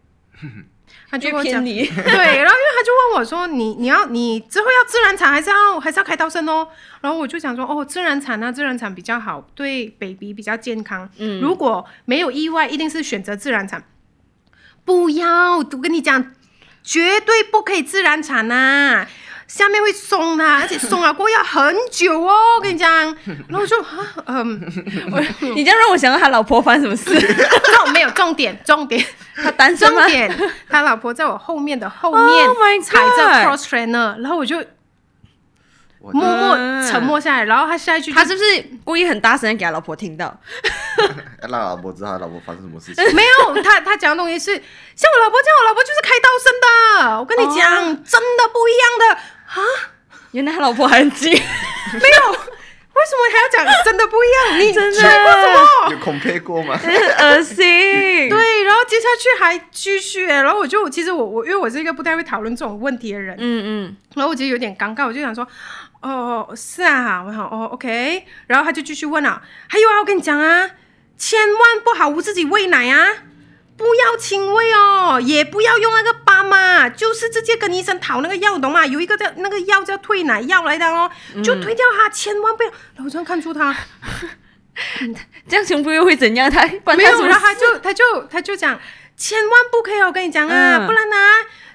[SPEAKER 2] 他就
[SPEAKER 1] 越
[SPEAKER 2] 跟我
[SPEAKER 1] 偏
[SPEAKER 2] 讲，
[SPEAKER 1] 离，
[SPEAKER 2] 对，然后因为他就问我说：“你你要你之后要自然产还是要还是要开刀生哦？”然后我就想说：“哦，自然产啊，自然产比较好，对 baby 比较健康。
[SPEAKER 1] 嗯
[SPEAKER 2] 如果没有意外，一定是选择自然产。不要，我跟你讲，绝对不可以自然产呐、下面会松的、而且松啊了过后要很久哦，我跟你讲。然后我就啊，嗯，
[SPEAKER 1] 你这样让我想到他老婆发生什么事？
[SPEAKER 2] 重 没有重点，重点。
[SPEAKER 1] 他 单身吗
[SPEAKER 2] 重？点，他老婆在我后面的后面
[SPEAKER 1] Oh my
[SPEAKER 2] 踩着
[SPEAKER 1] God
[SPEAKER 2] cross trainer，然后我就
[SPEAKER 3] 我
[SPEAKER 2] 默默
[SPEAKER 1] 嗯
[SPEAKER 2] 沉默下来，然后他下一句就？
[SPEAKER 1] 他是不是故意很大声地给他老婆听到？
[SPEAKER 3] 哎那老婆知道他老婆发生什么事情
[SPEAKER 2] 没有他他讲的东西是 像我老婆这样，我老婆就是开刀生的，我跟你讲
[SPEAKER 1] 哦
[SPEAKER 2] 真的不一样的啊，
[SPEAKER 1] 原来他老婆很急，
[SPEAKER 2] 没有，为什么还要讲真的不一样？你
[SPEAKER 1] 真的
[SPEAKER 2] 吹过什么？
[SPEAKER 3] 有 compare 过吗？
[SPEAKER 1] 很恶心。
[SPEAKER 2] 对，然后接下去还继续，然后我就其实我我因为我是一个不太会讨论这种问题的人，
[SPEAKER 1] 嗯
[SPEAKER 2] 然后我其实有点尴尬，我就想说，哦，是啊，我想哦，OK，然后他就继续问了，还有啊，我跟你讲啊，千万不好自己喂奶啊，不要亲喂哦，也不要用那个爸妈，就是直接跟医生讨那个药，懂吗？有一个叫那个药叫退奶药来的哦，
[SPEAKER 1] 嗯
[SPEAKER 2] 就退掉它，千万不要。然后我这样看出他
[SPEAKER 1] 嗯，这样胸部又会怎样？他关
[SPEAKER 2] 没
[SPEAKER 1] 他什
[SPEAKER 2] 有，
[SPEAKER 1] 么
[SPEAKER 2] 然后
[SPEAKER 1] 事？
[SPEAKER 2] 他就他就他就讲，千万不可以，我跟你讲啊，
[SPEAKER 1] 嗯
[SPEAKER 2] 不然呢、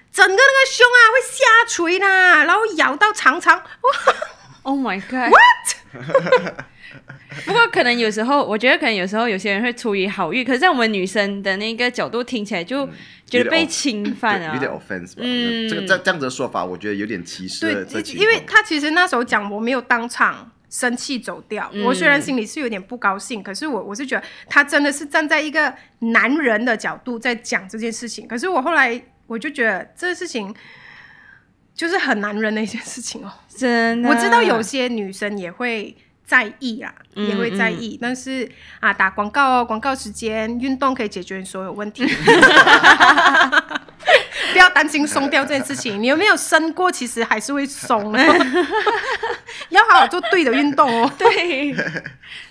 [SPEAKER 2] 整个那个胸啊会下垂啦，然后咬到哦常常，哇，
[SPEAKER 1] Oh my god！What？不过可能有时候，我觉得可能有时候有些人会出于好意，可是在我们女生的那个角度听起来就觉得被侵犯
[SPEAKER 3] 对
[SPEAKER 1] 啊。
[SPEAKER 3] 有点 offense 吧？
[SPEAKER 1] 嗯
[SPEAKER 3] 这个这这样子的说法，我觉得有点歧视
[SPEAKER 2] 对
[SPEAKER 3] 了。这，情
[SPEAKER 2] 因为
[SPEAKER 3] 况
[SPEAKER 2] 他其实那时候讲我没有当场生气走掉，
[SPEAKER 1] 嗯
[SPEAKER 2] 我虽然心里是有点不高兴，可是我我是觉得他真的是站在一个男人的角度在讲这件事情，可是我后来我就觉得这事情就是很男人的一件事情哦。
[SPEAKER 1] 真的，
[SPEAKER 2] 我知道有些女生也会在意啦，
[SPEAKER 1] 嗯
[SPEAKER 2] 也会在意，但是啊，打广告哦，广告时间，运动可以解决你所有问题， 不要担心松掉这件事情。你有没有生过？其实还是会松的， 要好好做对的运动哦。
[SPEAKER 1] 对，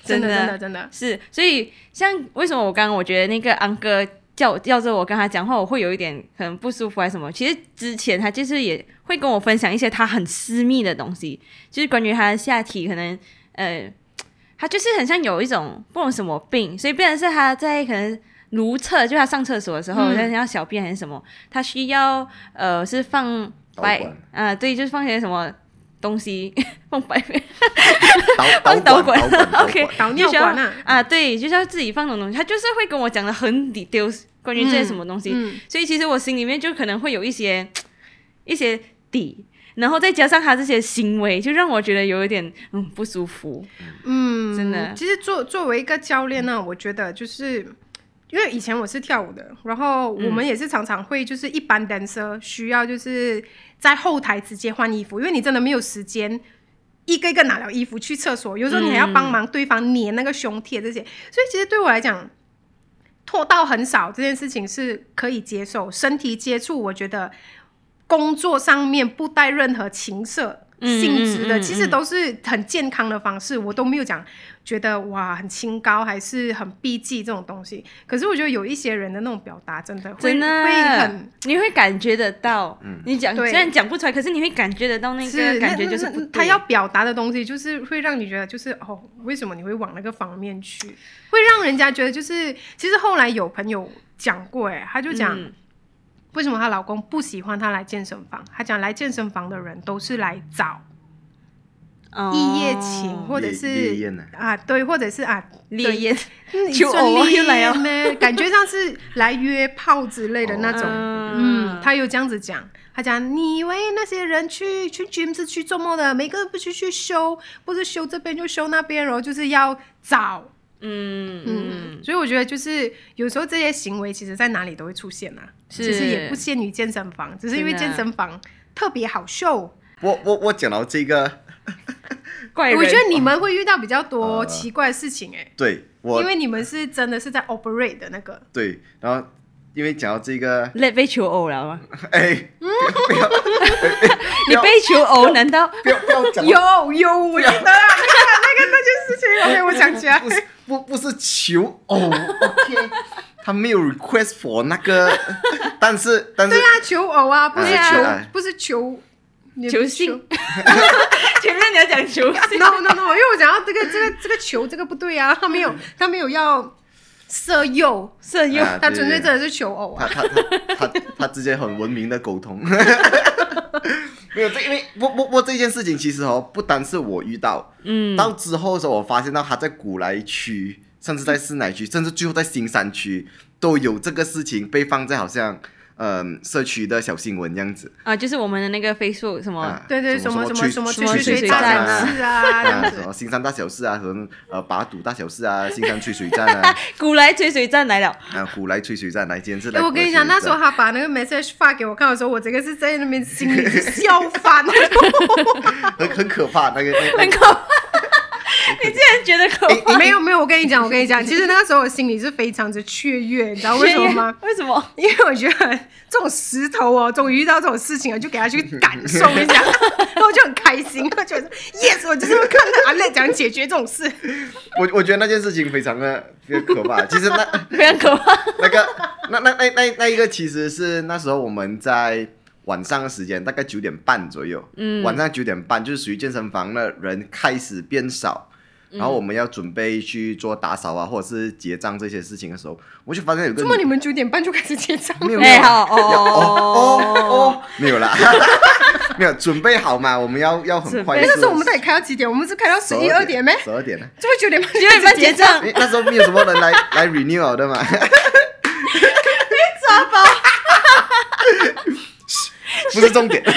[SPEAKER 2] 真的，真
[SPEAKER 1] 真
[SPEAKER 2] 的，真的，
[SPEAKER 1] 是，所以像为什么我刚刚我觉得那个安哥叫叫着我跟他讲话，我会有一点可能不舒服还是什么？其实之前他就是也会跟我分享一些他很私密的东西，就是关于他的下体，可能呃，他就是很像有一种不懂什么病，所以变成是他在可能。如厕，就他上厕所的时候，
[SPEAKER 2] 嗯
[SPEAKER 1] 他、要小便还是什么，他需要呃是放
[SPEAKER 3] 导
[SPEAKER 1] 白
[SPEAKER 3] 管
[SPEAKER 1] 啊、对，就是放些什么东西 放白
[SPEAKER 3] 导导管
[SPEAKER 1] 导管
[SPEAKER 3] 导管
[SPEAKER 1] OK
[SPEAKER 3] 导管
[SPEAKER 2] 导尿管啊，
[SPEAKER 1] 啊，对，就是要自己放那种东西。他就是会跟我讲的很 details 关于这些什么东西，
[SPEAKER 2] 嗯，
[SPEAKER 1] 所以其实我心里面就可能会有一些一些底，然后再加上他这些行为，就让我觉得有一点嗯不舒服。
[SPEAKER 2] 嗯，
[SPEAKER 1] 真的
[SPEAKER 2] 其实作作为一个教练呢，我觉得就是。因为以前我是跳舞的，然后我
[SPEAKER 1] 嗯
[SPEAKER 2] 们也是常常会就是一般 dancer 需要就是在后台直接换衣服，因为你真的没有时间一个一个拿了衣服去厕所，有时候你还要帮忙对方粘那个胸贴这些，所以其实对我来讲，脱到很少这件事情是可以接受，身体接触我觉得工作上面不带任何情色
[SPEAKER 1] 嗯
[SPEAKER 2] 性质的，
[SPEAKER 1] 嗯嗯
[SPEAKER 2] 其实都是很健康的方式，我都没有讲觉得哇很清高还是很避忌这种东西。可是我觉得有一些人的那种表达真的会
[SPEAKER 1] 真的
[SPEAKER 2] 会很。
[SPEAKER 1] 你会感觉得到，你讲
[SPEAKER 2] 对
[SPEAKER 1] 虽然讲不出来，可是你会感觉得到那
[SPEAKER 2] 是
[SPEAKER 1] 个感觉
[SPEAKER 2] 那
[SPEAKER 1] 就是
[SPEAKER 2] 那
[SPEAKER 1] 不
[SPEAKER 2] 那
[SPEAKER 1] 对
[SPEAKER 2] 他要表达的东西，就是会让你觉得，就是哦，为什么你会往那个方面去？会让人家觉得，就是其实后来有朋友讲过，哎，他就讲、
[SPEAKER 1] 嗯
[SPEAKER 2] 为什么她老公不喜欢她来健身房，她讲来健身房的人都是来找一夜情，
[SPEAKER 1] 哦
[SPEAKER 2] 或者
[SPEAKER 3] 夜
[SPEAKER 2] 是
[SPEAKER 3] 夜宴呢
[SPEAKER 2] 啊，对，或者是啊，
[SPEAKER 1] 烈焰，
[SPEAKER 2] 嗯
[SPEAKER 1] 求
[SPEAKER 2] 算
[SPEAKER 1] 偶啊
[SPEAKER 2] 烈
[SPEAKER 1] 又来哦
[SPEAKER 2] 咩 感觉上是来约炮之类的那种。嗯，他有这样子讲，他讲你以为那些人去去 gym 是去做梦的，每个人不去去修，不是修这边就修那边，然后就是要找，
[SPEAKER 1] 嗯
[SPEAKER 2] 嗯，
[SPEAKER 1] 嗯
[SPEAKER 2] 所以我觉得就是有时候这些行为其实在哪里都会出现啊，
[SPEAKER 1] 是
[SPEAKER 2] 其实也不限于健身房，只是因为
[SPEAKER 1] 真的
[SPEAKER 2] 健身房特别好秀，
[SPEAKER 3] 我我我讲到这个，
[SPEAKER 1] 怪人，
[SPEAKER 2] 我觉得你们会遇到比较多
[SPEAKER 3] 呃
[SPEAKER 2] 奇怪的事情哎、
[SPEAKER 3] 对我
[SPEAKER 2] 因为你们是真的是在 operate 的那个，
[SPEAKER 3] 对，然后因为讲到这个，
[SPEAKER 1] 你被求偶了吗？
[SPEAKER 3] 哎，
[SPEAKER 1] 你
[SPEAKER 3] 要
[SPEAKER 1] 被求偶难道
[SPEAKER 3] 不要不要讲到
[SPEAKER 2] 有有，我记得啊，那个那个那件事情，OK，我想起来
[SPEAKER 3] 不，是不不是求偶 ，OK，他没有 request for 那个， 但是但是
[SPEAKER 2] 对啊，求偶啊，不是
[SPEAKER 1] 对啊
[SPEAKER 2] 求，不是求，也不
[SPEAKER 1] 求
[SPEAKER 2] 是
[SPEAKER 1] 性？前面你要讲 求性。
[SPEAKER 2] ？No No No，因为我讲到这个这个这个求这个不对啊，他没有他没有要色诱，
[SPEAKER 1] 色诱，
[SPEAKER 3] 啊
[SPEAKER 2] 他纯粹
[SPEAKER 3] 对对对
[SPEAKER 2] 真的是求偶啊
[SPEAKER 3] 他。他 他他他之间很文明的沟通，没有这因为我我我这件事情其实哦，不单是我遇到，
[SPEAKER 1] 嗯，
[SPEAKER 3] 到之后的时候我发现到他在古来区，甚至在市南区，甚至最后在新山区都有这个事情被放在好像嗯、社区的小新闻这样子，
[SPEAKER 1] 啊，就是我们的那个 Facebook 什么，
[SPEAKER 3] 啊
[SPEAKER 2] 哦对对，
[SPEAKER 3] 什
[SPEAKER 2] 什
[SPEAKER 3] 么
[SPEAKER 2] 么
[SPEAKER 3] 什
[SPEAKER 2] 什
[SPEAKER 3] 么
[SPEAKER 2] 么什么
[SPEAKER 1] 吹吹
[SPEAKER 2] 吹吹
[SPEAKER 1] 水
[SPEAKER 2] 大
[SPEAKER 1] 战
[SPEAKER 2] 战
[SPEAKER 1] 啊
[SPEAKER 2] 事啊，这
[SPEAKER 3] 啊，
[SPEAKER 2] 样
[SPEAKER 3] 什
[SPEAKER 2] 子。
[SPEAKER 3] 么新山大小事啊，和呃拔赌大小事啊，新山吹水站啊，
[SPEAKER 1] 古来吹水站来了，
[SPEAKER 3] 啊古来吹水站来，今天是来
[SPEAKER 2] 哎，
[SPEAKER 3] 古来
[SPEAKER 2] 我跟你讲，
[SPEAKER 3] 吹水
[SPEAKER 2] 那时候
[SPEAKER 3] 站
[SPEAKER 2] 他把那个 message 发给我看的时候，我这个是在那边心里就笑翻了。
[SPEAKER 3] 很很可怕，那个那
[SPEAKER 1] 很
[SPEAKER 3] 个
[SPEAKER 1] 可怕，你竟然觉得可怕？
[SPEAKER 2] 没有没有，我跟你讲，我跟你讲，其实那时候我心里是非常之雀跃，你知道为什么吗？
[SPEAKER 1] 为什么？
[SPEAKER 2] 因为我觉得这种石头哦，终于遇到这种事情了，就给他去感受一下，然后我就很开心，我觉得 yes，我就是要看到阿乐讲解决这种事。
[SPEAKER 3] 我我觉得那件事情非常的非常可怕。其实那
[SPEAKER 1] 非常可怕。
[SPEAKER 3] 那个那那那那那一个其实是那时候我们在晚上的时间，大概九点半左右，
[SPEAKER 1] 嗯
[SPEAKER 3] 晚上九点半就是属于健身房的人开始变少，
[SPEAKER 2] 嗯
[SPEAKER 3] 然后我们要准备去做打扫啊，或者是结账这些事情的时候，我就发现有个
[SPEAKER 2] 怎么你们九点半就开始结账？
[SPEAKER 3] 没有没
[SPEAKER 1] 哎、
[SPEAKER 3] 有
[SPEAKER 1] 好
[SPEAKER 3] 哦
[SPEAKER 1] 哦
[SPEAKER 3] 哦，没有啦， 没有准备好嘛，我们要要很快
[SPEAKER 2] 哎
[SPEAKER 3] 速。
[SPEAKER 2] 那时候我们到底开到几点？我们是开到十一二点没？
[SPEAKER 3] 十二点呢？
[SPEAKER 2] 怎么九点半？
[SPEAKER 1] 九点半结账，
[SPEAKER 3] 诶，那时候没有什么人来 来 renew 的嘛。 不是重点。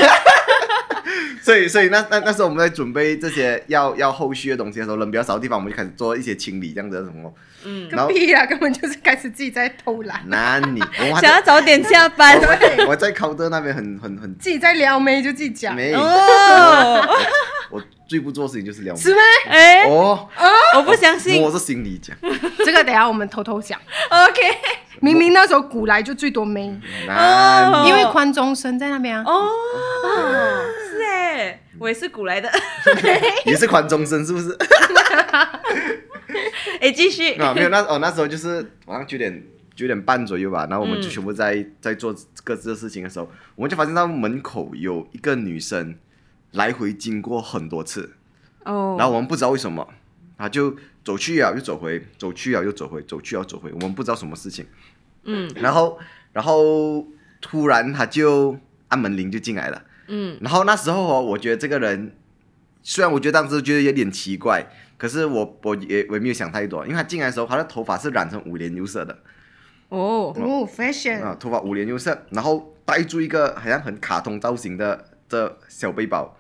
[SPEAKER 3] 所以，所以那那那时候我们在准备这些要要后续的东西的时候，人比较少的地方，我们就开始做一些清理，这样子的什么？
[SPEAKER 1] 嗯，
[SPEAKER 3] 然
[SPEAKER 2] 个
[SPEAKER 3] 后
[SPEAKER 2] 屁啦，根本就是开始自己在偷懒，
[SPEAKER 3] 那你我还
[SPEAKER 1] 想要
[SPEAKER 3] 在
[SPEAKER 1] 早点下班
[SPEAKER 3] 我还在 counter 那边很很很
[SPEAKER 2] 自己在撩妹就自己讲，
[SPEAKER 3] 没，
[SPEAKER 1] 哦，
[SPEAKER 3] 我最不做的事情就是撩妹。
[SPEAKER 2] 是吗？
[SPEAKER 1] 哎、
[SPEAKER 3] 哦，
[SPEAKER 1] 我不相信
[SPEAKER 3] 我是心里讲，
[SPEAKER 2] 这个等一下我们偷偷讲。
[SPEAKER 1] ，OK，
[SPEAKER 2] 明明那时候古来就最多妹，
[SPEAKER 3] 那
[SPEAKER 1] 哦
[SPEAKER 2] 因为宽中生在那边啊。
[SPEAKER 1] 哦，
[SPEAKER 3] 啊
[SPEAKER 1] 是哎、我也是古来的，
[SPEAKER 3] 你是宽中生是不是？
[SPEAKER 1] 哎、继续，
[SPEAKER 3] 啊，没有那哦，那时候就是晚上九点九点半左右吧，然后我们就全部在、在做各自的事情的时候，我们就发现到门口有一个女生来回经过很多次，
[SPEAKER 1] 哦，
[SPEAKER 3] 然后我们不知道为什么，她就走去啊又走回，走去啊又走回，走去啊又走回，我们不知道什么事情，
[SPEAKER 1] 嗯
[SPEAKER 3] 然后然后突然她就按门铃就进来了。
[SPEAKER 1] 嗯
[SPEAKER 3] 然后那时候哦，我觉得这个人，虽然我觉得当时觉得有点奇怪，可是我我也我也没有想太多，因为他进来的时候，他的头发是染成五颜六色的，
[SPEAKER 1] 哦，
[SPEAKER 2] 哦
[SPEAKER 3] 啊、
[SPEAKER 2] ，fashion，
[SPEAKER 3] 头发五颜六色，然后戴住一个好像很卡通造型的的小背包，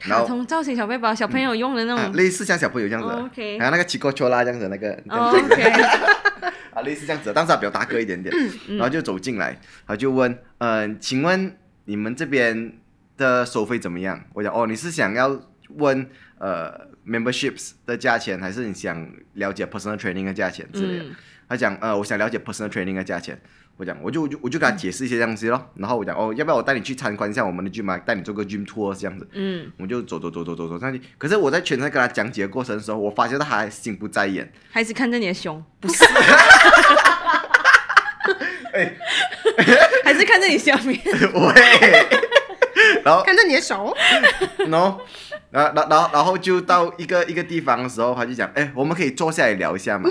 [SPEAKER 3] 然
[SPEAKER 1] 卡
[SPEAKER 3] 后、
[SPEAKER 1] 通造型小背包，小朋友用的那
[SPEAKER 3] 啊
[SPEAKER 1] 种，
[SPEAKER 3] 类似像小朋友这样子的，
[SPEAKER 1] 哦，OK
[SPEAKER 3] 然后那个奇哥丘拉这样子的那个，这样
[SPEAKER 1] 哦
[SPEAKER 3] 子
[SPEAKER 1] OK，
[SPEAKER 3] 啊，类似这样子的，但是他比较大个一点点，然后就走进来，他就问，嗯、请问你们这边的收费怎么样？我讲，哦，你是想要问呃 memberships 的价钱，还是你想了解 personal training 的价钱之类的？
[SPEAKER 1] 嗯
[SPEAKER 3] 他讲，呃，我想了解 personal training 的价钱。我讲，我就我就我就跟他解释一些东西咯，然后我讲，哦，要不要我带你去参观一下我们的 gym 啊，带你做个 gym tour 这样子。
[SPEAKER 1] 嗯，
[SPEAKER 3] 我们就走走走走走走上去，可是我在全程跟他讲解的过程的时候，我发现他还心不在焉，
[SPEAKER 1] 还是看着你的胸，
[SPEAKER 3] 不是，
[SPEAKER 1] 还是看着你下面，
[SPEAKER 3] 喂，然后
[SPEAKER 2] 看着你的手，
[SPEAKER 3] 然后然后然后然后然后就到一个一个地方的时候，他就讲，哎，我们可以坐下来聊一下嘛。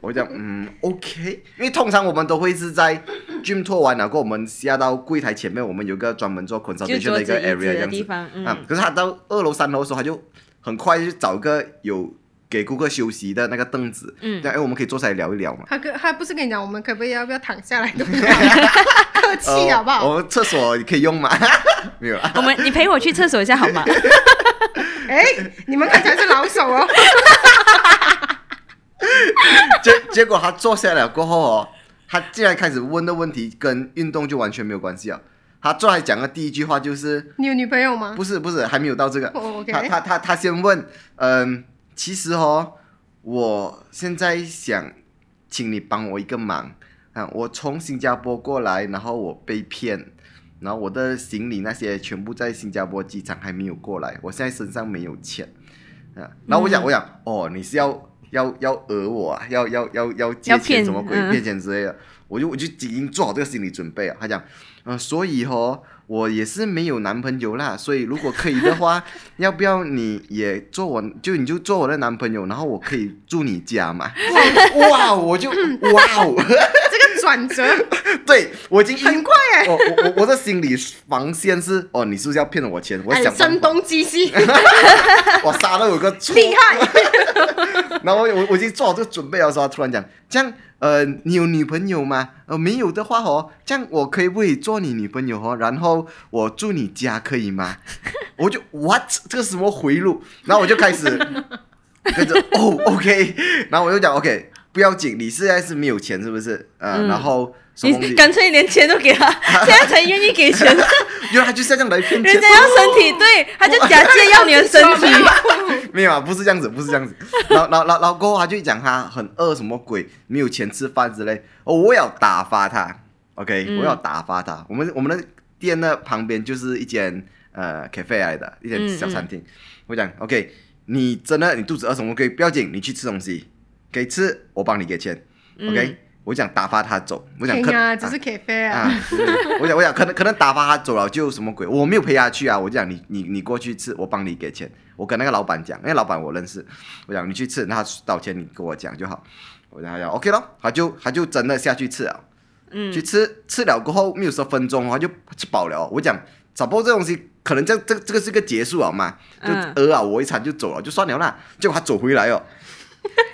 [SPEAKER 3] 我就讲，嗯，OK，因为通常我们都会是在 gym 拖完了过后，我们下到柜台前面，我们有个专门做
[SPEAKER 1] 就
[SPEAKER 3] consultation
[SPEAKER 1] 桌
[SPEAKER 3] 的一
[SPEAKER 1] 子
[SPEAKER 3] 个
[SPEAKER 1] 椅
[SPEAKER 3] area
[SPEAKER 1] 子
[SPEAKER 3] 这
[SPEAKER 1] 的
[SPEAKER 3] 样
[SPEAKER 1] 地
[SPEAKER 3] 子。
[SPEAKER 1] 方，
[SPEAKER 3] 啊
[SPEAKER 1] 嗯，
[SPEAKER 3] 可是他到二楼三楼的时候，他就很快就找个有给顾客休息的那个凳子，
[SPEAKER 1] 嗯
[SPEAKER 3] 这样哎，我们可以坐下来聊一聊嘛。
[SPEAKER 2] 他跟他不是跟你讲，我们可不可以要不要躺下来都 客气好不
[SPEAKER 3] 呃
[SPEAKER 2] 好？
[SPEAKER 3] 我们厕所可以用吗？ 没有啦。
[SPEAKER 1] 我们你陪我去厕所一下好吗？
[SPEAKER 2] 哎，你们看起来是老手哦，
[SPEAKER 3] 结结果他坐下来过后哦，他竟然开始问的问题跟运动就完全没有关系了。他坐下来讲的第一句话就是，
[SPEAKER 2] 你有女朋友吗？
[SPEAKER 3] 不是不是，还没有到这个。
[SPEAKER 2] 哦，OK
[SPEAKER 3] 他他他他先问，嗯，其实哦，我现在想请你帮我一个忙啊，我从新加坡过来，然后我被骗。然后我的行李那些全部在新加坡机场还没有过来，我现在身上没有钱，啊，然后我想、我想，哦，你是要要要讹我啊，要要要要借
[SPEAKER 1] 要
[SPEAKER 3] 钱
[SPEAKER 1] 骗
[SPEAKER 3] 什么鬼
[SPEAKER 1] 嗯
[SPEAKER 3] 骗钱之类的，我就我就已经做好这个心理准备啊。他讲，呃，所以哦，我也是没有男朋友啦，所以如果可以的话，要不要你也做我就你就做我的男朋友，然后我可以住你家嘛？哇，我就哇哦，
[SPEAKER 2] 这个转折
[SPEAKER 3] 对我已经
[SPEAKER 2] 很快哎，
[SPEAKER 3] 我我我我的心理防线是哦，你是不是要骗我钱？我
[SPEAKER 2] 哎
[SPEAKER 3] 想
[SPEAKER 2] 声
[SPEAKER 3] 办法，
[SPEAKER 2] 东击 西，
[SPEAKER 3] 我杀了有个错，
[SPEAKER 2] 厉害，
[SPEAKER 3] 然后我我我已经做好这个准备了的时候，他突然讲，这样呃，你有女朋友吗？呃，没有的话哦，这样我可以不可以做你女朋友哦？然后我住你家可以吗？ 我就 what 这个什么回路？然后我就开始 跟着哦 OK，然后我就讲 OK 不要紧，你现在是没有钱是不是？呃，
[SPEAKER 1] 嗯
[SPEAKER 3] 然后 什么东
[SPEAKER 1] 你
[SPEAKER 3] 西？
[SPEAKER 1] 干脆连钱都给 他，现在才愿意给钱，
[SPEAKER 3] 原来他就是要这样来骗钱
[SPEAKER 1] 人。家要身体，对，他就假借要你的身 体，
[SPEAKER 3] 没有啊，不是这样子，不是这 样子。然后，然后，然后然后过后他就讲他很饿，什么鬼，没有钱吃饭之类。哦，我要打发他，OK，、
[SPEAKER 1] 嗯
[SPEAKER 3] 我要打发他。我们我们的店的旁边就是一间呃 cafe 来的，一间
[SPEAKER 1] 嗯
[SPEAKER 3] 小餐厅。我讲 OK，你真的你肚子饿什么可以不要紧，你去吃东西，可以吃，我帮你给钱。OK，、
[SPEAKER 1] 嗯
[SPEAKER 3] 我想打发他走，我想
[SPEAKER 2] 天
[SPEAKER 3] 可
[SPEAKER 2] 啊，只是 cafe
[SPEAKER 3] 啊
[SPEAKER 2] 啊，，
[SPEAKER 3] 对 我想，我想，可能可能打发他走了，就什么鬼？我没有陪他去啊！我就讲你你你过去吃，我帮你给钱。我跟那个老板讲，因为老板我认识，我讲你去吃，那他找钱你跟我讲就好。我讲他讲 OK 咯，他就他就真的下去吃了，
[SPEAKER 1] 嗯
[SPEAKER 3] 去吃吃了过后没有十分钟，他就吃饱了。我讲找不到这东西，可能这这这个是个结束了嘛，就
[SPEAKER 1] 嗯
[SPEAKER 3] 讹啊我一餐就走了，就算了啦。结果他走回来哦，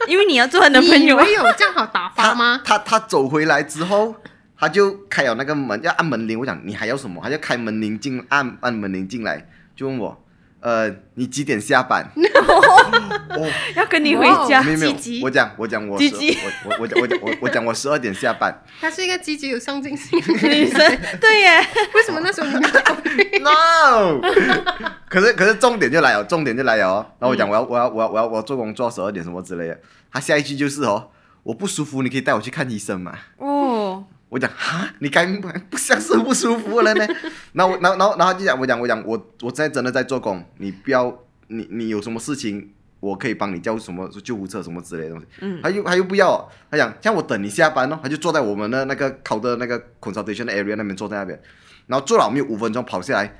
[SPEAKER 1] 因为你要做他男朋
[SPEAKER 2] 你以
[SPEAKER 1] 友啊，
[SPEAKER 2] 为有这样好打发
[SPEAKER 3] 他
[SPEAKER 2] 吗？
[SPEAKER 3] 他他走回来之后，他就开了那个门，要按门铃。我讲你还要什么？他就开门铃进，按按门铃进来，就问我，呃，你几点下 班？哦，
[SPEAKER 1] 要跟你回
[SPEAKER 2] 哇
[SPEAKER 1] 家
[SPEAKER 3] 没有没有
[SPEAKER 2] 积极，
[SPEAKER 3] 我讲我讲我
[SPEAKER 1] 积
[SPEAKER 3] 十
[SPEAKER 1] 极
[SPEAKER 3] 我我我讲我讲我我讲我十二点下 班。
[SPEAKER 2] 他是一个积极有上进心的
[SPEAKER 1] 女
[SPEAKER 2] 女
[SPEAKER 1] 生， 对耶，
[SPEAKER 2] 为什么那时候你没有
[SPEAKER 3] No，可是可是重点就来了，重点就来了哦。然后我讲
[SPEAKER 2] 嗯
[SPEAKER 3] 我要我要我要我要我要做工做十二点什么之类的。他下一句就是哦，我不舒服，你可以带我去看医生嘛。
[SPEAKER 1] 哦，
[SPEAKER 3] 我讲哈，你该不不像是不舒服了呢？然后我，然后，然后，然后他就讲我讲我讲我我在真的在做工，你不要你你有什么事情，我可以帮你叫什么救护车什么之类的东西。
[SPEAKER 1] 嗯
[SPEAKER 3] 他又他又不要，他讲像我等你下班哦，他就坐在我们的那个考的那个 consultation 的 area 那边坐在那边，然后坐了没有五分钟跑下来，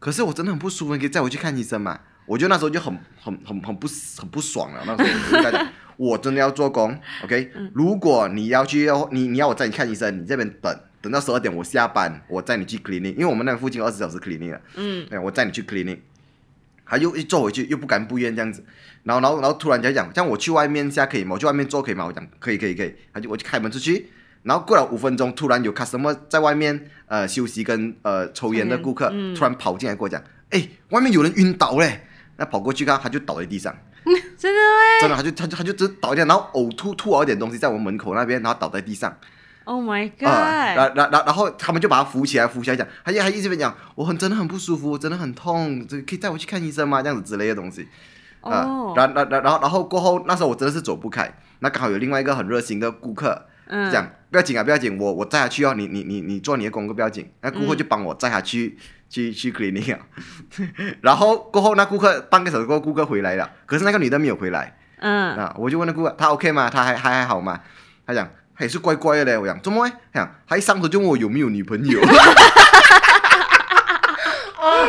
[SPEAKER 3] 可是我真的很不舒服，你可以载我去看医生嘛？我就那时候就很很很很不很不爽了，那时候我就跟他讲，我真的要做工，OK？如果你要去要你你要我载你看医生，你这边等等到十二点我下班，我载你去 clinic，因为我们那附近二十小时 clinic 了，
[SPEAKER 1] 嗯，
[SPEAKER 3] 哎，我载你去 clinic。他又一坐回去，又不甘不愿这样子，然后然后然后突然间讲，像我去外面下可以吗？我去外面坐可以吗？我讲可以可以可以，他就我就开门出去，然后过了五分钟，突然有 customer 在外面呃休息跟呃抽烟的
[SPEAKER 1] 抽烟
[SPEAKER 3] 顾客、
[SPEAKER 1] 嗯
[SPEAKER 3] 突然跑进来跟我讲，哎，外面有人晕倒嘞，那跑过去看他就倒在地上，
[SPEAKER 1] 真的吗
[SPEAKER 3] 真的他就他就他就只是倒一下，然后呕吐吐了一点东西在我门口那边，然后倒在地上。
[SPEAKER 1] ？Oh my
[SPEAKER 3] 啊，然
[SPEAKER 1] god！
[SPEAKER 3] 然然然后他们就把他扶起来，扶起来讲，他就他一直边讲，我很真的很不舒服，我真的很痛，这个可以带我去看医生吗？这样子之类的东西。啊
[SPEAKER 1] 哦，
[SPEAKER 3] 然然然然后然后过后，那时候我真的是走不开，那刚好有另外一个很热心的顾客，
[SPEAKER 1] 嗯，
[SPEAKER 3] 讲不要紧啊，不要紧，我我载他去哦，你你你你做你的功课不要紧。那
[SPEAKER 1] 嗯
[SPEAKER 3] 顾客就帮我载他去、去去 clinic 啊， 然后过后那顾客半个小时过后顾客回来了，可是那个女的没有回来。
[SPEAKER 1] 嗯，
[SPEAKER 3] 啊，我就问那顾客，他 OK 吗？他还还还好吗？他讲他也是乖乖的嘞。我讲怎么会？他讲他一上头就问我有没有女朋 友。哦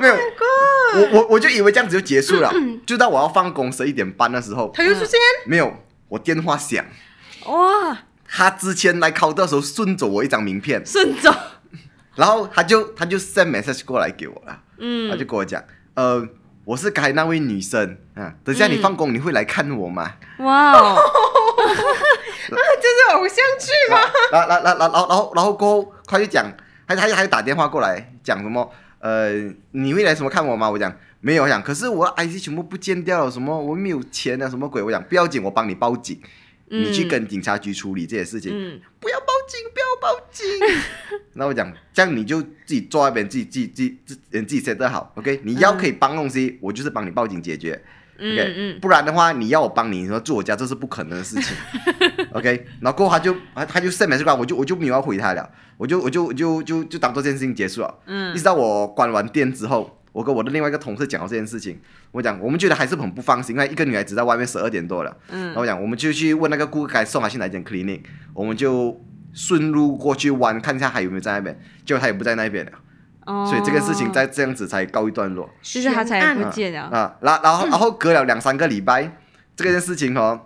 [SPEAKER 3] 没有，我我我就以为这样子就结束了，就到我要放工十一点半的时候，
[SPEAKER 2] 他又出现，
[SPEAKER 3] 没有，我电话响，
[SPEAKER 1] 哇，
[SPEAKER 3] 他之前来 call 的时候顺走我一张名片，
[SPEAKER 1] 顺走，
[SPEAKER 3] 然后他就他就 send message 过来给我了，他
[SPEAKER 1] 嗯，
[SPEAKER 3] 就跟我讲，呃，我是刚才那位女生啊，等下你
[SPEAKER 1] 嗯
[SPEAKER 3] 放工你会来看我吗？
[SPEAKER 1] 哇哦，
[SPEAKER 3] 嗯
[SPEAKER 2] 啊这是偶像剧吗？
[SPEAKER 3] 然后然后然后然后然后然后过后，他就讲，还还还打电话过来讲什么？呃，你未来什么看我吗？我讲没有，我讲可是我的 IC 全部不见掉了，什么我没有钱啊，什么鬼？我讲不要紧，我帮你报警， 你去
[SPEAKER 1] 嗯
[SPEAKER 3] 跟警察局处理这些事情。
[SPEAKER 1] 嗯，
[SPEAKER 3] 不要报警，不要报警。然后我讲，这样你就自己坐那边，自己自己自己自己自己 set 好，OK？你要可以帮东西，我就是帮你报警解决。
[SPEAKER 1] 嗯
[SPEAKER 3] OK，
[SPEAKER 1] 嗯
[SPEAKER 3] 不然的话，你要我帮你，你说住我家，这是不可能的事 情。OK，然后过后他就他他就 send message 过来我就我就没有要回他了，我就我就我就就就当做这件事情结束了。一
[SPEAKER 1] 嗯
[SPEAKER 3] 直到我关完店之后，我跟我的另外一个同事讲到这件事情，我讲我们觉得还是很不放心，因为一个女孩子在外面十二点多了，然
[SPEAKER 1] 嗯，
[SPEAKER 3] 后我讲我们就去问那个顾客该送她去哪一间 clinic，我们就顺路过去玩看一下还有没有在那边，结果他也不在那边了，
[SPEAKER 1] 哦，
[SPEAKER 3] 所以这个事情在这样子才告一段落。
[SPEAKER 1] 就是哦他才
[SPEAKER 2] 悬
[SPEAKER 1] 不
[SPEAKER 2] 案
[SPEAKER 1] 见了，
[SPEAKER 3] 啊，然然后然后隔了两三个礼拜，这件事情哦，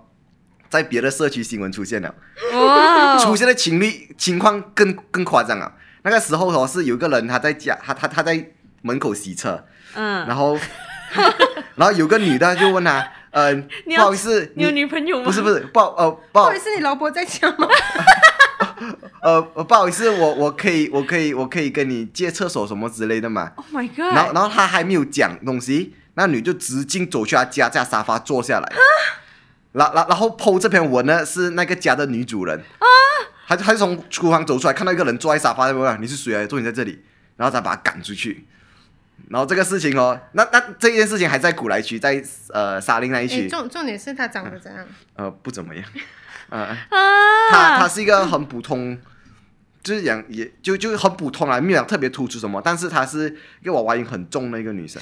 [SPEAKER 3] 在别的社区新闻出现了，
[SPEAKER 1] 哇
[SPEAKER 3] 出
[SPEAKER 1] 哦，
[SPEAKER 3] 现的情侣情况更更夸张啊。那个时候哦，是有一个人他在家，他他他在门口洗车，
[SPEAKER 1] 嗯，
[SPEAKER 3] 然后 然后有个女的就问他，嗯、
[SPEAKER 1] 你
[SPEAKER 3] 不
[SPEAKER 1] 要
[SPEAKER 3] 好意思，
[SPEAKER 1] 你有女朋友吗？
[SPEAKER 3] 不是不是不好呃不
[SPEAKER 2] 不
[SPEAKER 3] 好
[SPEAKER 2] 好意思，你老婆在家吗？
[SPEAKER 3] 呃不好意思，我我可以我可以我可以跟你借厕所什么之类的嘛。
[SPEAKER 1] ，Oh my
[SPEAKER 3] 然后
[SPEAKER 1] god，
[SPEAKER 3] 然后他还没有讲东西，那女就直径走去他家，在他沙发坐下来。然然然后 PO 这篇文呢是那个家的女主人啊，她就她就从厨房走出来，看到一个人坐在沙发上面，问她你是谁啊？终于在这里，然后才把他赶出去。然后这个事情哦，那那这件事情还在古来区，在呃沙令那一
[SPEAKER 2] 哎，
[SPEAKER 3] 区，
[SPEAKER 2] 重重点是他长得怎样？
[SPEAKER 3] 呃不怎么样，呃，
[SPEAKER 1] 啊，
[SPEAKER 3] 她她是一个很普通就是讲也就就很普通啦，没有讲特别突出什么，但是她是一个娃娃音很重的一个女生，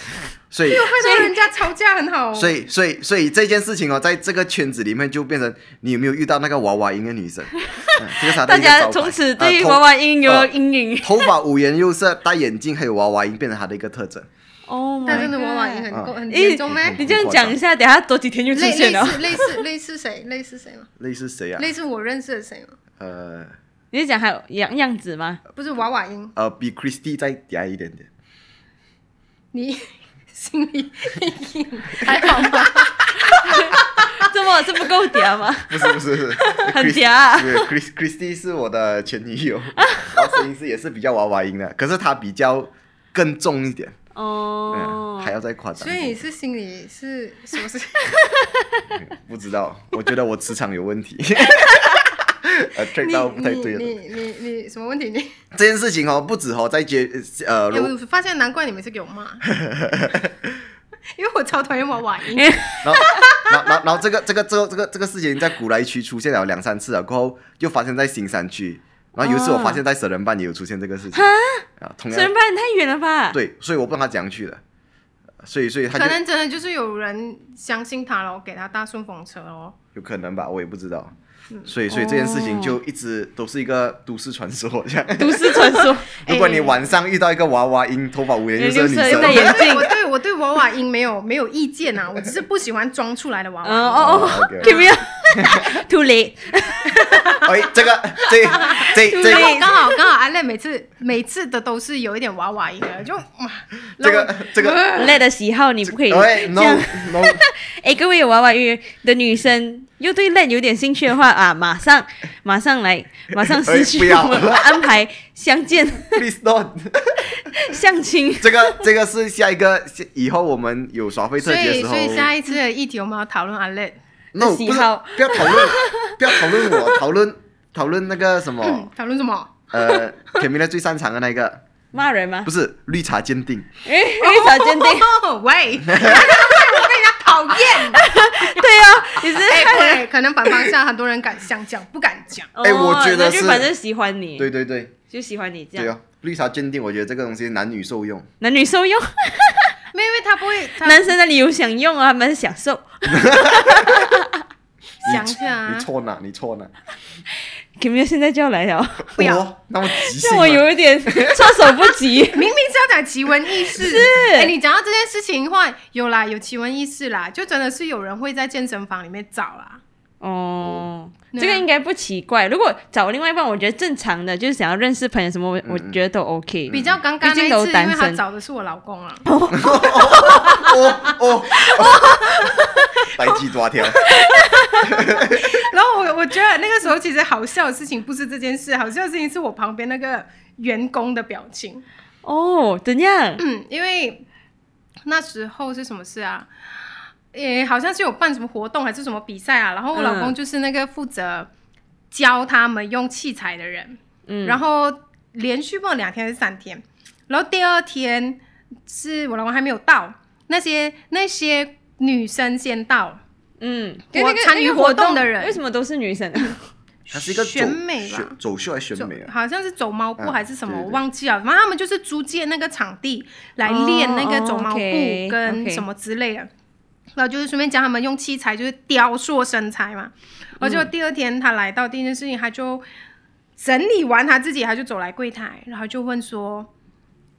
[SPEAKER 3] 所以
[SPEAKER 2] 会跟人家吵架很好哦。
[SPEAKER 3] 所以所以所以这件事情哦，在这个圈子里面就变成你有没有遇到那个娃娃音的 女生，嗯、这个是她的
[SPEAKER 1] 大
[SPEAKER 3] 一个招
[SPEAKER 1] 家
[SPEAKER 3] 牌
[SPEAKER 1] 从此
[SPEAKER 3] 啊
[SPEAKER 1] 对
[SPEAKER 3] 头
[SPEAKER 1] 娃娃音有
[SPEAKER 3] 呃
[SPEAKER 1] 阴影。
[SPEAKER 3] 头发五颜六色，戴眼镜，还有娃娃音，变成她的一个特征。
[SPEAKER 1] 哦，
[SPEAKER 2] 但真的往往也很
[SPEAKER 3] 嗯
[SPEAKER 2] 够很
[SPEAKER 1] 诶
[SPEAKER 2] 严重嘞。
[SPEAKER 1] 你这样讲一下，等下多几天就出
[SPEAKER 2] 类
[SPEAKER 1] 现
[SPEAKER 2] 类
[SPEAKER 1] 了
[SPEAKER 2] 似。哎类似类似谁？类似谁吗？
[SPEAKER 3] 类似谁啊？
[SPEAKER 2] 类似我认识的谁吗？
[SPEAKER 3] 呃
[SPEAKER 1] 你是讲还有样样子吗？
[SPEAKER 2] 不是娃娃音，
[SPEAKER 3] 呃，比 Christy 再嗲一点点。
[SPEAKER 2] 你心里阴影还好吗？
[SPEAKER 1] 这么是不够嗲 吗？
[SPEAKER 3] 不是不是，不是
[SPEAKER 1] 很
[SPEAKER 3] Chris-
[SPEAKER 1] 嗲啊
[SPEAKER 3] 对，Chris Christy 是我的前女友，她声音是也是比较娃娃音的，可是她比较更重一点，嗯，
[SPEAKER 1] 哦
[SPEAKER 3] 还，要再夸张
[SPEAKER 2] 所
[SPEAKER 3] 一
[SPEAKER 2] 以你
[SPEAKER 3] 点。
[SPEAKER 2] 是心里是什么事？
[SPEAKER 3] 不知道，我觉得我磁场有 问题。呃，t
[SPEAKER 2] 你
[SPEAKER 3] r 到不太对
[SPEAKER 2] 你
[SPEAKER 3] 了。
[SPEAKER 2] 你你你什么问题？你
[SPEAKER 3] 这件事情哦，不止哦，在接 呃，
[SPEAKER 2] 有
[SPEAKER 3] 如
[SPEAKER 2] 我发现，难怪你每次给我 骂，因为我超讨厌娃娃音。
[SPEAKER 1] 哎
[SPEAKER 3] 然后，然后，然后，然后这个这个这个这个这个事情在古来区出现了两三次了，啊过后又发生在新山区，然后有一次我发现在蛇人办也有出现这个事情啊，同
[SPEAKER 1] 神
[SPEAKER 3] 样
[SPEAKER 1] 办太远了吧？
[SPEAKER 3] 对，所以我不知道他怎样去的，所以所以他
[SPEAKER 2] 可
[SPEAKER 3] 就
[SPEAKER 2] 能真的就是有人相信他了，给他搭顺风车哦。
[SPEAKER 3] 有可能吧，我也不知道，
[SPEAKER 2] 嗯
[SPEAKER 3] 所以所以这件事情就一直都是一个都市传说这样。
[SPEAKER 1] 都市传说，
[SPEAKER 3] 如果你晚上遇到一个娃娃音，头发五颜六色的女
[SPEAKER 1] 五颜六色戴
[SPEAKER 3] 生，
[SPEAKER 1] 眼镜
[SPEAKER 2] 我对我对娃娃音没有没有意见啊，我只是不喜欢装出来的娃
[SPEAKER 1] 嗯
[SPEAKER 2] 娃。
[SPEAKER 1] 哦
[SPEAKER 3] 哦
[SPEAKER 1] 哦
[SPEAKER 3] ，OK，OK
[SPEAKER 1] ，Give me a- too late，
[SPEAKER 3] 哎，这个这
[SPEAKER 2] 刚
[SPEAKER 3] 这这
[SPEAKER 2] 好刚好刚好，阿乐每次每次的都是有一点娃娃音的，就哇
[SPEAKER 3] 这个这个，
[SPEAKER 1] 类的喜好你不可以
[SPEAKER 3] 哎
[SPEAKER 1] 这
[SPEAKER 3] ，no
[SPEAKER 1] 样。
[SPEAKER 3] no，
[SPEAKER 1] 哎，各位有娃娃音的女生又对 LED 有点兴趣的话啊，马上马上来，马上私
[SPEAKER 3] 哎不
[SPEAKER 1] 讯
[SPEAKER 3] 要
[SPEAKER 1] 我们安排相见
[SPEAKER 3] please don't。
[SPEAKER 1] 相亲。
[SPEAKER 3] 这个这个是下一个，下以后我们有耍费特
[SPEAKER 2] 所
[SPEAKER 3] 辑的
[SPEAKER 2] 以
[SPEAKER 3] 时候
[SPEAKER 2] 所以下一次的议题我们要讨论阿乐，
[SPEAKER 3] ，no
[SPEAKER 1] 喜
[SPEAKER 3] 不是
[SPEAKER 1] 好
[SPEAKER 3] 不要讨论，不要讨论我，讨论讨论那个什么，
[SPEAKER 2] 讨论 什么？
[SPEAKER 3] 呃 k a m i l a 最擅长的那个，
[SPEAKER 1] 骂人吗
[SPEAKER 3] 不？哎是绿茶鉴定，
[SPEAKER 1] 哎，绿茶鉴定，
[SPEAKER 2] 喂，我被人家讨厌。
[SPEAKER 1] 对啊，你是
[SPEAKER 2] 哎，对，可能反方向很多人敢想讲，不敢讲。
[SPEAKER 3] 哎我
[SPEAKER 1] 哦
[SPEAKER 3] 觉得
[SPEAKER 1] 那就是反正喜欢你，
[SPEAKER 3] 对对对
[SPEAKER 1] 就喜欢你这
[SPEAKER 3] 对
[SPEAKER 1] 样，
[SPEAKER 3] 哦，绿茶鉴定，我觉得这个东西男女受用，
[SPEAKER 1] 男女受用，
[SPEAKER 2] 没有，因为他不会，他
[SPEAKER 1] 男生那里有享用啊，他们是享受。
[SPEAKER 2] 想一下啊
[SPEAKER 3] 你，错哪？你错哪？
[SPEAKER 1] Kim 现在就要来 了，
[SPEAKER 2] 不要
[SPEAKER 3] 哦，那么即兴
[SPEAKER 1] 让我
[SPEAKER 3] 吗，
[SPEAKER 1] 有一点措手不 及。
[SPEAKER 2] 明明是要讲奇闻异事。是，哎，你讲到这件事情的话，有啦，有奇闻异事啦，就真的是有人会在健身房里面找啦。
[SPEAKER 1] 哦，
[SPEAKER 2] 对啊
[SPEAKER 1] 这个应该不奇怪。如果找另外一半，我觉得正常的，就是想要认识朋友什么，我我
[SPEAKER 3] 嗯
[SPEAKER 1] 觉得都 OK。
[SPEAKER 2] 比较尴
[SPEAKER 1] 嗯
[SPEAKER 2] 尬
[SPEAKER 1] 毕
[SPEAKER 2] 那
[SPEAKER 1] 竟
[SPEAKER 2] 一
[SPEAKER 1] 都
[SPEAKER 2] 次，因
[SPEAKER 1] 单
[SPEAKER 2] 为他
[SPEAKER 1] 身
[SPEAKER 2] 找的是我老公啊啦。
[SPEAKER 3] 哦哦， 白鸡抓条，
[SPEAKER 2] 然后我我觉得那个时候其实好笑的事情不是这件事，好笑的事情是我旁边那个员工的表情。
[SPEAKER 1] 哦，怎样？
[SPEAKER 2] 嗯，因为那时候是什么事啊？诶，好像是有办什么活动还是什么比赛啊，然后我老公
[SPEAKER 1] 嗯
[SPEAKER 2] 就是那个负责教他们用器材的人，
[SPEAKER 1] 嗯，
[SPEAKER 2] 然后连续报两天还是三天，然后第二天是我老公还没有到，那些那些女生先到，
[SPEAKER 1] 嗯，
[SPEAKER 2] 因为那个
[SPEAKER 1] 我参
[SPEAKER 2] 那
[SPEAKER 1] 与
[SPEAKER 2] 个
[SPEAKER 1] 活
[SPEAKER 2] 活动的人
[SPEAKER 1] 为什么都是女生？啊
[SPEAKER 3] 它是一个走
[SPEAKER 2] 选美吧
[SPEAKER 3] 选走秀还是
[SPEAKER 2] 走
[SPEAKER 3] 选美啊？
[SPEAKER 2] 好像是走猫步
[SPEAKER 3] 嗯
[SPEAKER 2] 还是什么，
[SPEAKER 3] 对对
[SPEAKER 2] 我忘记了。反正他们就是租借那个场地来
[SPEAKER 1] 哦
[SPEAKER 2] 练那个走
[SPEAKER 1] 哦
[SPEAKER 2] 猫
[SPEAKER 1] ，OK，
[SPEAKER 2] 步跟
[SPEAKER 1] OK
[SPEAKER 2] 什么之类的。然后就是顺便教他们用器材，就是雕塑身材嘛。然后结果第二天他来到第一件事情，他就整理完他自己，他就走来柜台，然后就问说：“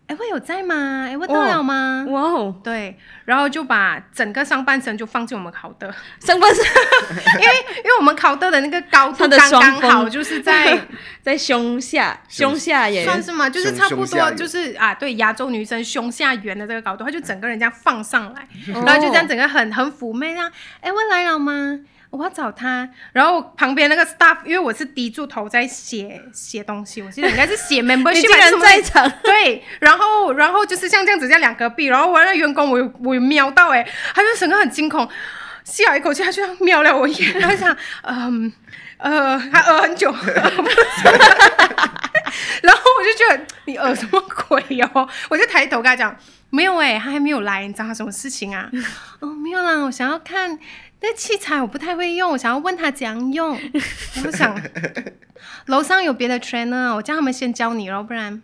[SPEAKER 2] 哎，会有在吗？哎，会到了吗？”
[SPEAKER 1] 哇哦，
[SPEAKER 2] 对，然后就把整个上半身就放进我们烤的，
[SPEAKER 1] 上半身
[SPEAKER 2] 因为 因为我们烤的的那个高
[SPEAKER 1] 他
[SPEAKER 2] 度
[SPEAKER 1] 的
[SPEAKER 2] 刚
[SPEAKER 1] 双
[SPEAKER 2] 刚好，
[SPEAKER 1] 峰
[SPEAKER 2] 就是在
[SPEAKER 1] 在胸下，胸下也
[SPEAKER 2] 算是吗？就是
[SPEAKER 3] 胸
[SPEAKER 2] 差不
[SPEAKER 3] 胸下
[SPEAKER 2] 多，
[SPEAKER 3] 缘
[SPEAKER 2] 就是啊，对，亚洲女生胸下缘的这个高度，她就整个人这样放上来，
[SPEAKER 1] 哦
[SPEAKER 2] 然后就这样整个很很妩媚啊。哎，我来了吗？我要找他。然后旁边那个 staff，因为我是低住头在写写东西，我记得应该是写 membership
[SPEAKER 1] 你竟
[SPEAKER 2] 还是
[SPEAKER 1] 然
[SPEAKER 2] 什么
[SPEAKER 1] 在场，
[SPEAKER 2] 对，然后然后就是像这样子，这样两隔壁，然后我那员工我有我有瞄到、欸，哎，他就整个很惊恐，吸了一口气，他就这样瞄了我一眼，他就想，嗯，呃，他呃很久， 然后我就觉得你呃什么鬼哦，我就抬头欸 跟他讲，没有哎、他还没有来，你找他什么事情啊？哦，没有啦，我想要看那器材我不太会用，我想要问他怎样用。 我就想，楼上有别的 trainer，我叫他们先教你咯，不然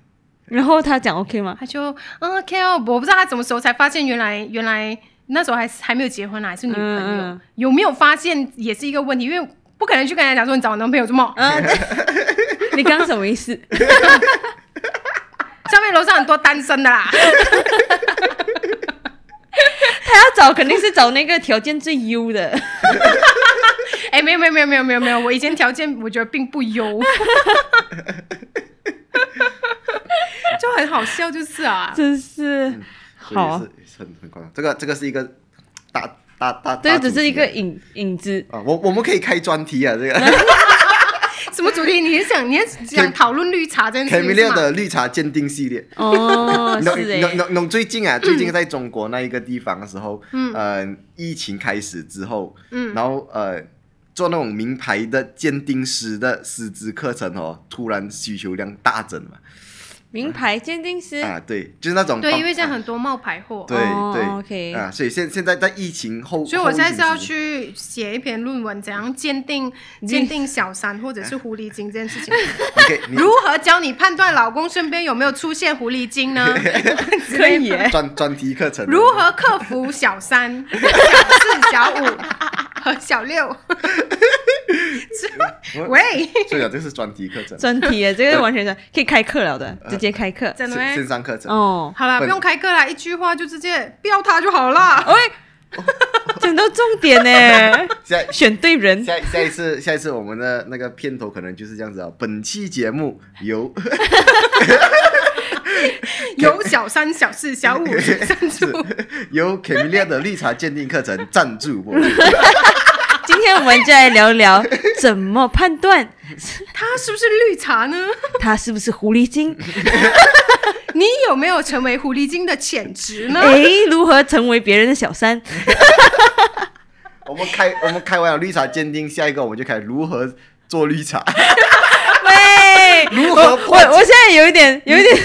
[SPEAKER 1] 然后他讲 OK 吗？
[SPEAKER 2] 他就嗯 OK 哦。我不知道他什么时候才发现，原来原来那时候还是还没有结婚啊，还是女朋友，
[SPEAKER 1] 嗯嗯
[SPEAKER 2] 有没有发现也是一个问题，因为不可能去跟人家讲说你找男朋友做梦，
[SPEAKER 1] 啊， 你刚刚什么意 思？
[SPEAKER 2] 下面楼上很多单身的啦。
[SPEAKER 1] 他要找肯定是找那个条件最优的。
[SPEAKER 2] 哎、没有没有没有没有没有没有，我以前条件我觉得并不优， 就很好笑就是啊。
[SPEAKER 1] 真是
[SPEAKER 3] 嗯所以
[SPEAKER 1] 好啊
[SPEAKER 3] 是是很很夸张。这个这个是一个大大大，
[SPEAKER 1] 这
[SPEAKER 3] 大
[SPEAKER 1] 只
[SPEAKER 3] 主题
[SPEAKER 1] 是一
[SPEAKER 3] 啊
[SPEAKER 1] 个影影子。
[SPEAKER 3] 啊，我我们可以开专题啊，这个
[SPEAKER 2] 什么主题？你是想你是想讨论绿茶这件
[SPEAKER 3] c a
[SPEAKER 2] 事
[SPEAKER 3] m i
[SPEAKER 2] 情
[SPEAKER 3] l
[SPEAKER 2] 是吗？
[SPEAKER 3] a 的绿茶鉴定系列。
[SPEAKER 1] 哦，
[SPEAKER 3] 侬
[SPEAKER 2] 欸
[SPEAKER 1] 是
[SPEAKER 3] 侬
[SPEAKER 1] 哎，
[SPEAKER 3] 侬侬最近
[SPEAKER 2] 嗯
[SPEAKER 3] 啊，最近在中国那一个地方的时候，嗯，呃，疫情开始之后，嗯，然后呃，做那种名牌的鉴定师的师资课程哦，突然需求量大增嘛，
[SPEAKER 1] 名牌鉴定师。
[SPEAKER 3] 啊，对，就是那种
[SPEAKER 2] 对，
[SPEAKER 3] 帮
[SPEAKER 2] 因为现在
[SPEAKER 3] 啊
[SPEAKER 2] 很多冒牌货，
[SPEAKER 3] 对
[SPEAKER 1] 哦
[SPEAKER 3] 对、
[SPEAKER 1] OK
[SPEAKER 3] 啊，所以现现在在疫情后，
[SPEAKER 2] 所以我现在是
[SPEAKER 3] 后
[SPEAKER 2] 要
[SPEAKER 3] 疫情期间
[SPEAKER 2] 去写一篇论文，怎样鉴定鉴定小三或者是狐狸精这件事情。
[SPEAKER 3] 你可以
[SPEAKER 2] 如何教你判断老公身边有没有出现狐狸精 呢？之
[SPEAKER 1] 可
[SPEAKER 2] 类的
[SPEAKER 1] 以耶
[SPEAKER 3] 你专专题课程
[SPEAKER 2] 如何克服小三、小四、小五 和小 六？
[SPEAKER 3] 我
[SPEAKER 2] 喂，
[SPEAKER 3] 所以啊，这是专题课程，
[SPEAKER 1] 专题耶，这个完全是可以开课了的，
[SPEAKER 3] 嗯
[SPEAKER 1] 直接开 课。
[SPEAKER 2] 真的
[SPEAKER 3] 线线
[SPEAKER 2] 咩？
[SPEAKER 3] 上课程。
[SPEAKER 1] 哦，
[SPEAKER 2] 好了，不
[SPEAKER 3] 笨哦
[SPEAKER 2] 用开课啦，一句话就直接不要他就好 了。
[SPEAKER 1] 喂，讲到重点呢，
[SPEAKER 3] 现在
[SPEAKER 1] 选对人。
[SPEAKER 3] 下下一次，下一次我们的那个片头可能就是这样子啊。本期节目由
[SPEAKER 2] 有小三、小四、 小五、小三助。
[SPEAKER 3] 由 c a m i l a 的绿茶鉴定课程赞助播出。
[SPEAKER 1] 今天我们就来聊聊怎么判断
[SPEAKER 2] 他是不是绿茶呢？
[SPEAKER 1] 他是不是狐狸精，
[SPEAKER 2] 你有没有成为狐狸精的潜质呢？
[SPEAKER 1] 诶，如何成为别人的小三，
[SPEAKER 3] 我们开我们开完了绿茶鉴定，下一个我们就开如何做绿茶，
[SPEAKER 1] 喂，
[SPEAKER 3] 如
[SPEAKER 1] 我
[SPEAKER 3] 何
[SPEAKER 1] 我我现在有一点，有一点，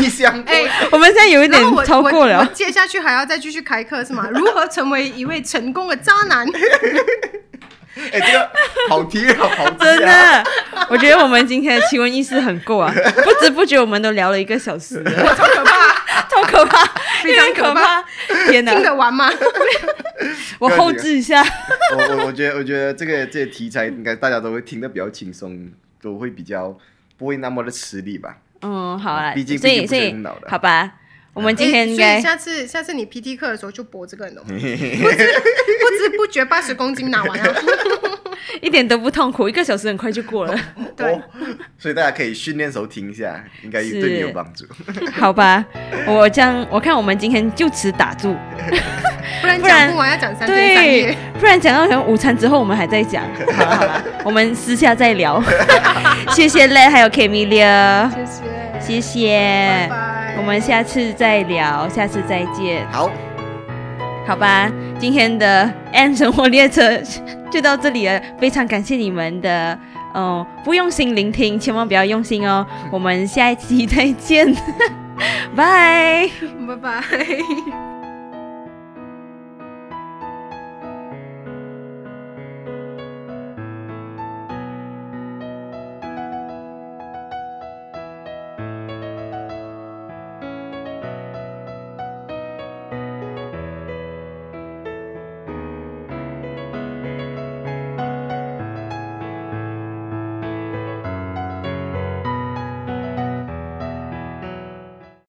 [SPEAKER 3] 逆向
[SPEAKER 2] 哎、
[SPEAKER 1] 我们现在有一点
[SPEAKER 2] 然后我
[SPEAKER 1] 超过
[SPEAKER 2] 我，我
[SPEAKER 1] 了。
[SPEAKER 2] 接下去还要再继续开课是吗？如 何成为一位成功的渣 男？
[SPEAKER 3] 哎、这个好题啊，好题
[SPEAKER 1] 真
[SPEAKER 3] 啊！
[SPEAKER 1] 的，我觉得我们今天的气温意识很够啊！不知不觉我们都聊了一个小时了，
[SPEAKER 2] 超可怕，
[SPEAKER 1] 超可怕，
[SPEAKER 2] 非常
[SPEAKER 1] 有点可
[SPEAKER 2] 可怕。
[SPEAKER 1] 天
[SPEAKER 2] 听
[SPEAKER 1] 哪，
[SPEAKER 2] 得完吗？
[SPEAKER 1] 我后置一下。
[SPEAKER 3] 我我我觉得我觉得这个这个题材应该大家都会听得比较轻松，都会比较不会那么的吃力吧。
[SPEAKER 1] 嗯，好啦，
[SPEAKER 3] 毕竟
[SPEAKER 1] 所
[SPEAKER 3] 毕
[SPEAKER 1] 以
[SPEAKER 3] 竟不
[SPEAKER 1] 所
[SPEAKER 3] 是
[SPEAKER 1] 以
[SPEAKER 3] 领导的
[SPEAKER 1] 好吧，我们今天
[SPEAKER 2] 欸
[SPEAKER 1] 应
[SPEAKER 2] 所
[SPEAKER 1] 该
[SPEAKER 2] 以下次下次你 PT 课的时候就播这个，你 懂吗？不知不知不觉八十公斤拿完啊 了，
[SPEAKER 1] 一点都不痛苦，一个小时很快就过了，
[SPEAKER 2] 对
[SPEAKER 3] 哦，所以大家可以训练时候听一下，应该
[SPEAKER 1] 是
[SPEAKER 3] 对你有帮助。
[SPEAKER 1] 好吧？我这样，我看我们今天就此打住，
[SPEAKER 2] 不然
[SPEAKER 1] 不然
[SPEAKER 2] 讲不完要讲三天三啊
[SPEAKER 1] 对
[SPEAKER 2] 夜。，
[SPEAKER 1] 不然讲到可能午餐之后我们还在讲，好了好了，我们私下再聊。 谢谢 Let 还有 Camilia，
[SPEAKER 2] 谢
[SPEAKER 1] 谢
[SPEAKER 2] 谢，
[SPEAKER 1] 谢，
[SPEAKER 2] 拜拜
[SPEAKER 1] 我们下次再聊，下次再见，
[SPEAKER 3] 好，
[SPEAKER 1] 好吧？今天的 M 生活列车 就到这里了，非常感谢你们的。哦，不用心聆听，千万不要用心哦。 我们下一期再见，拜。
[SPEAKER 2] 拜拜。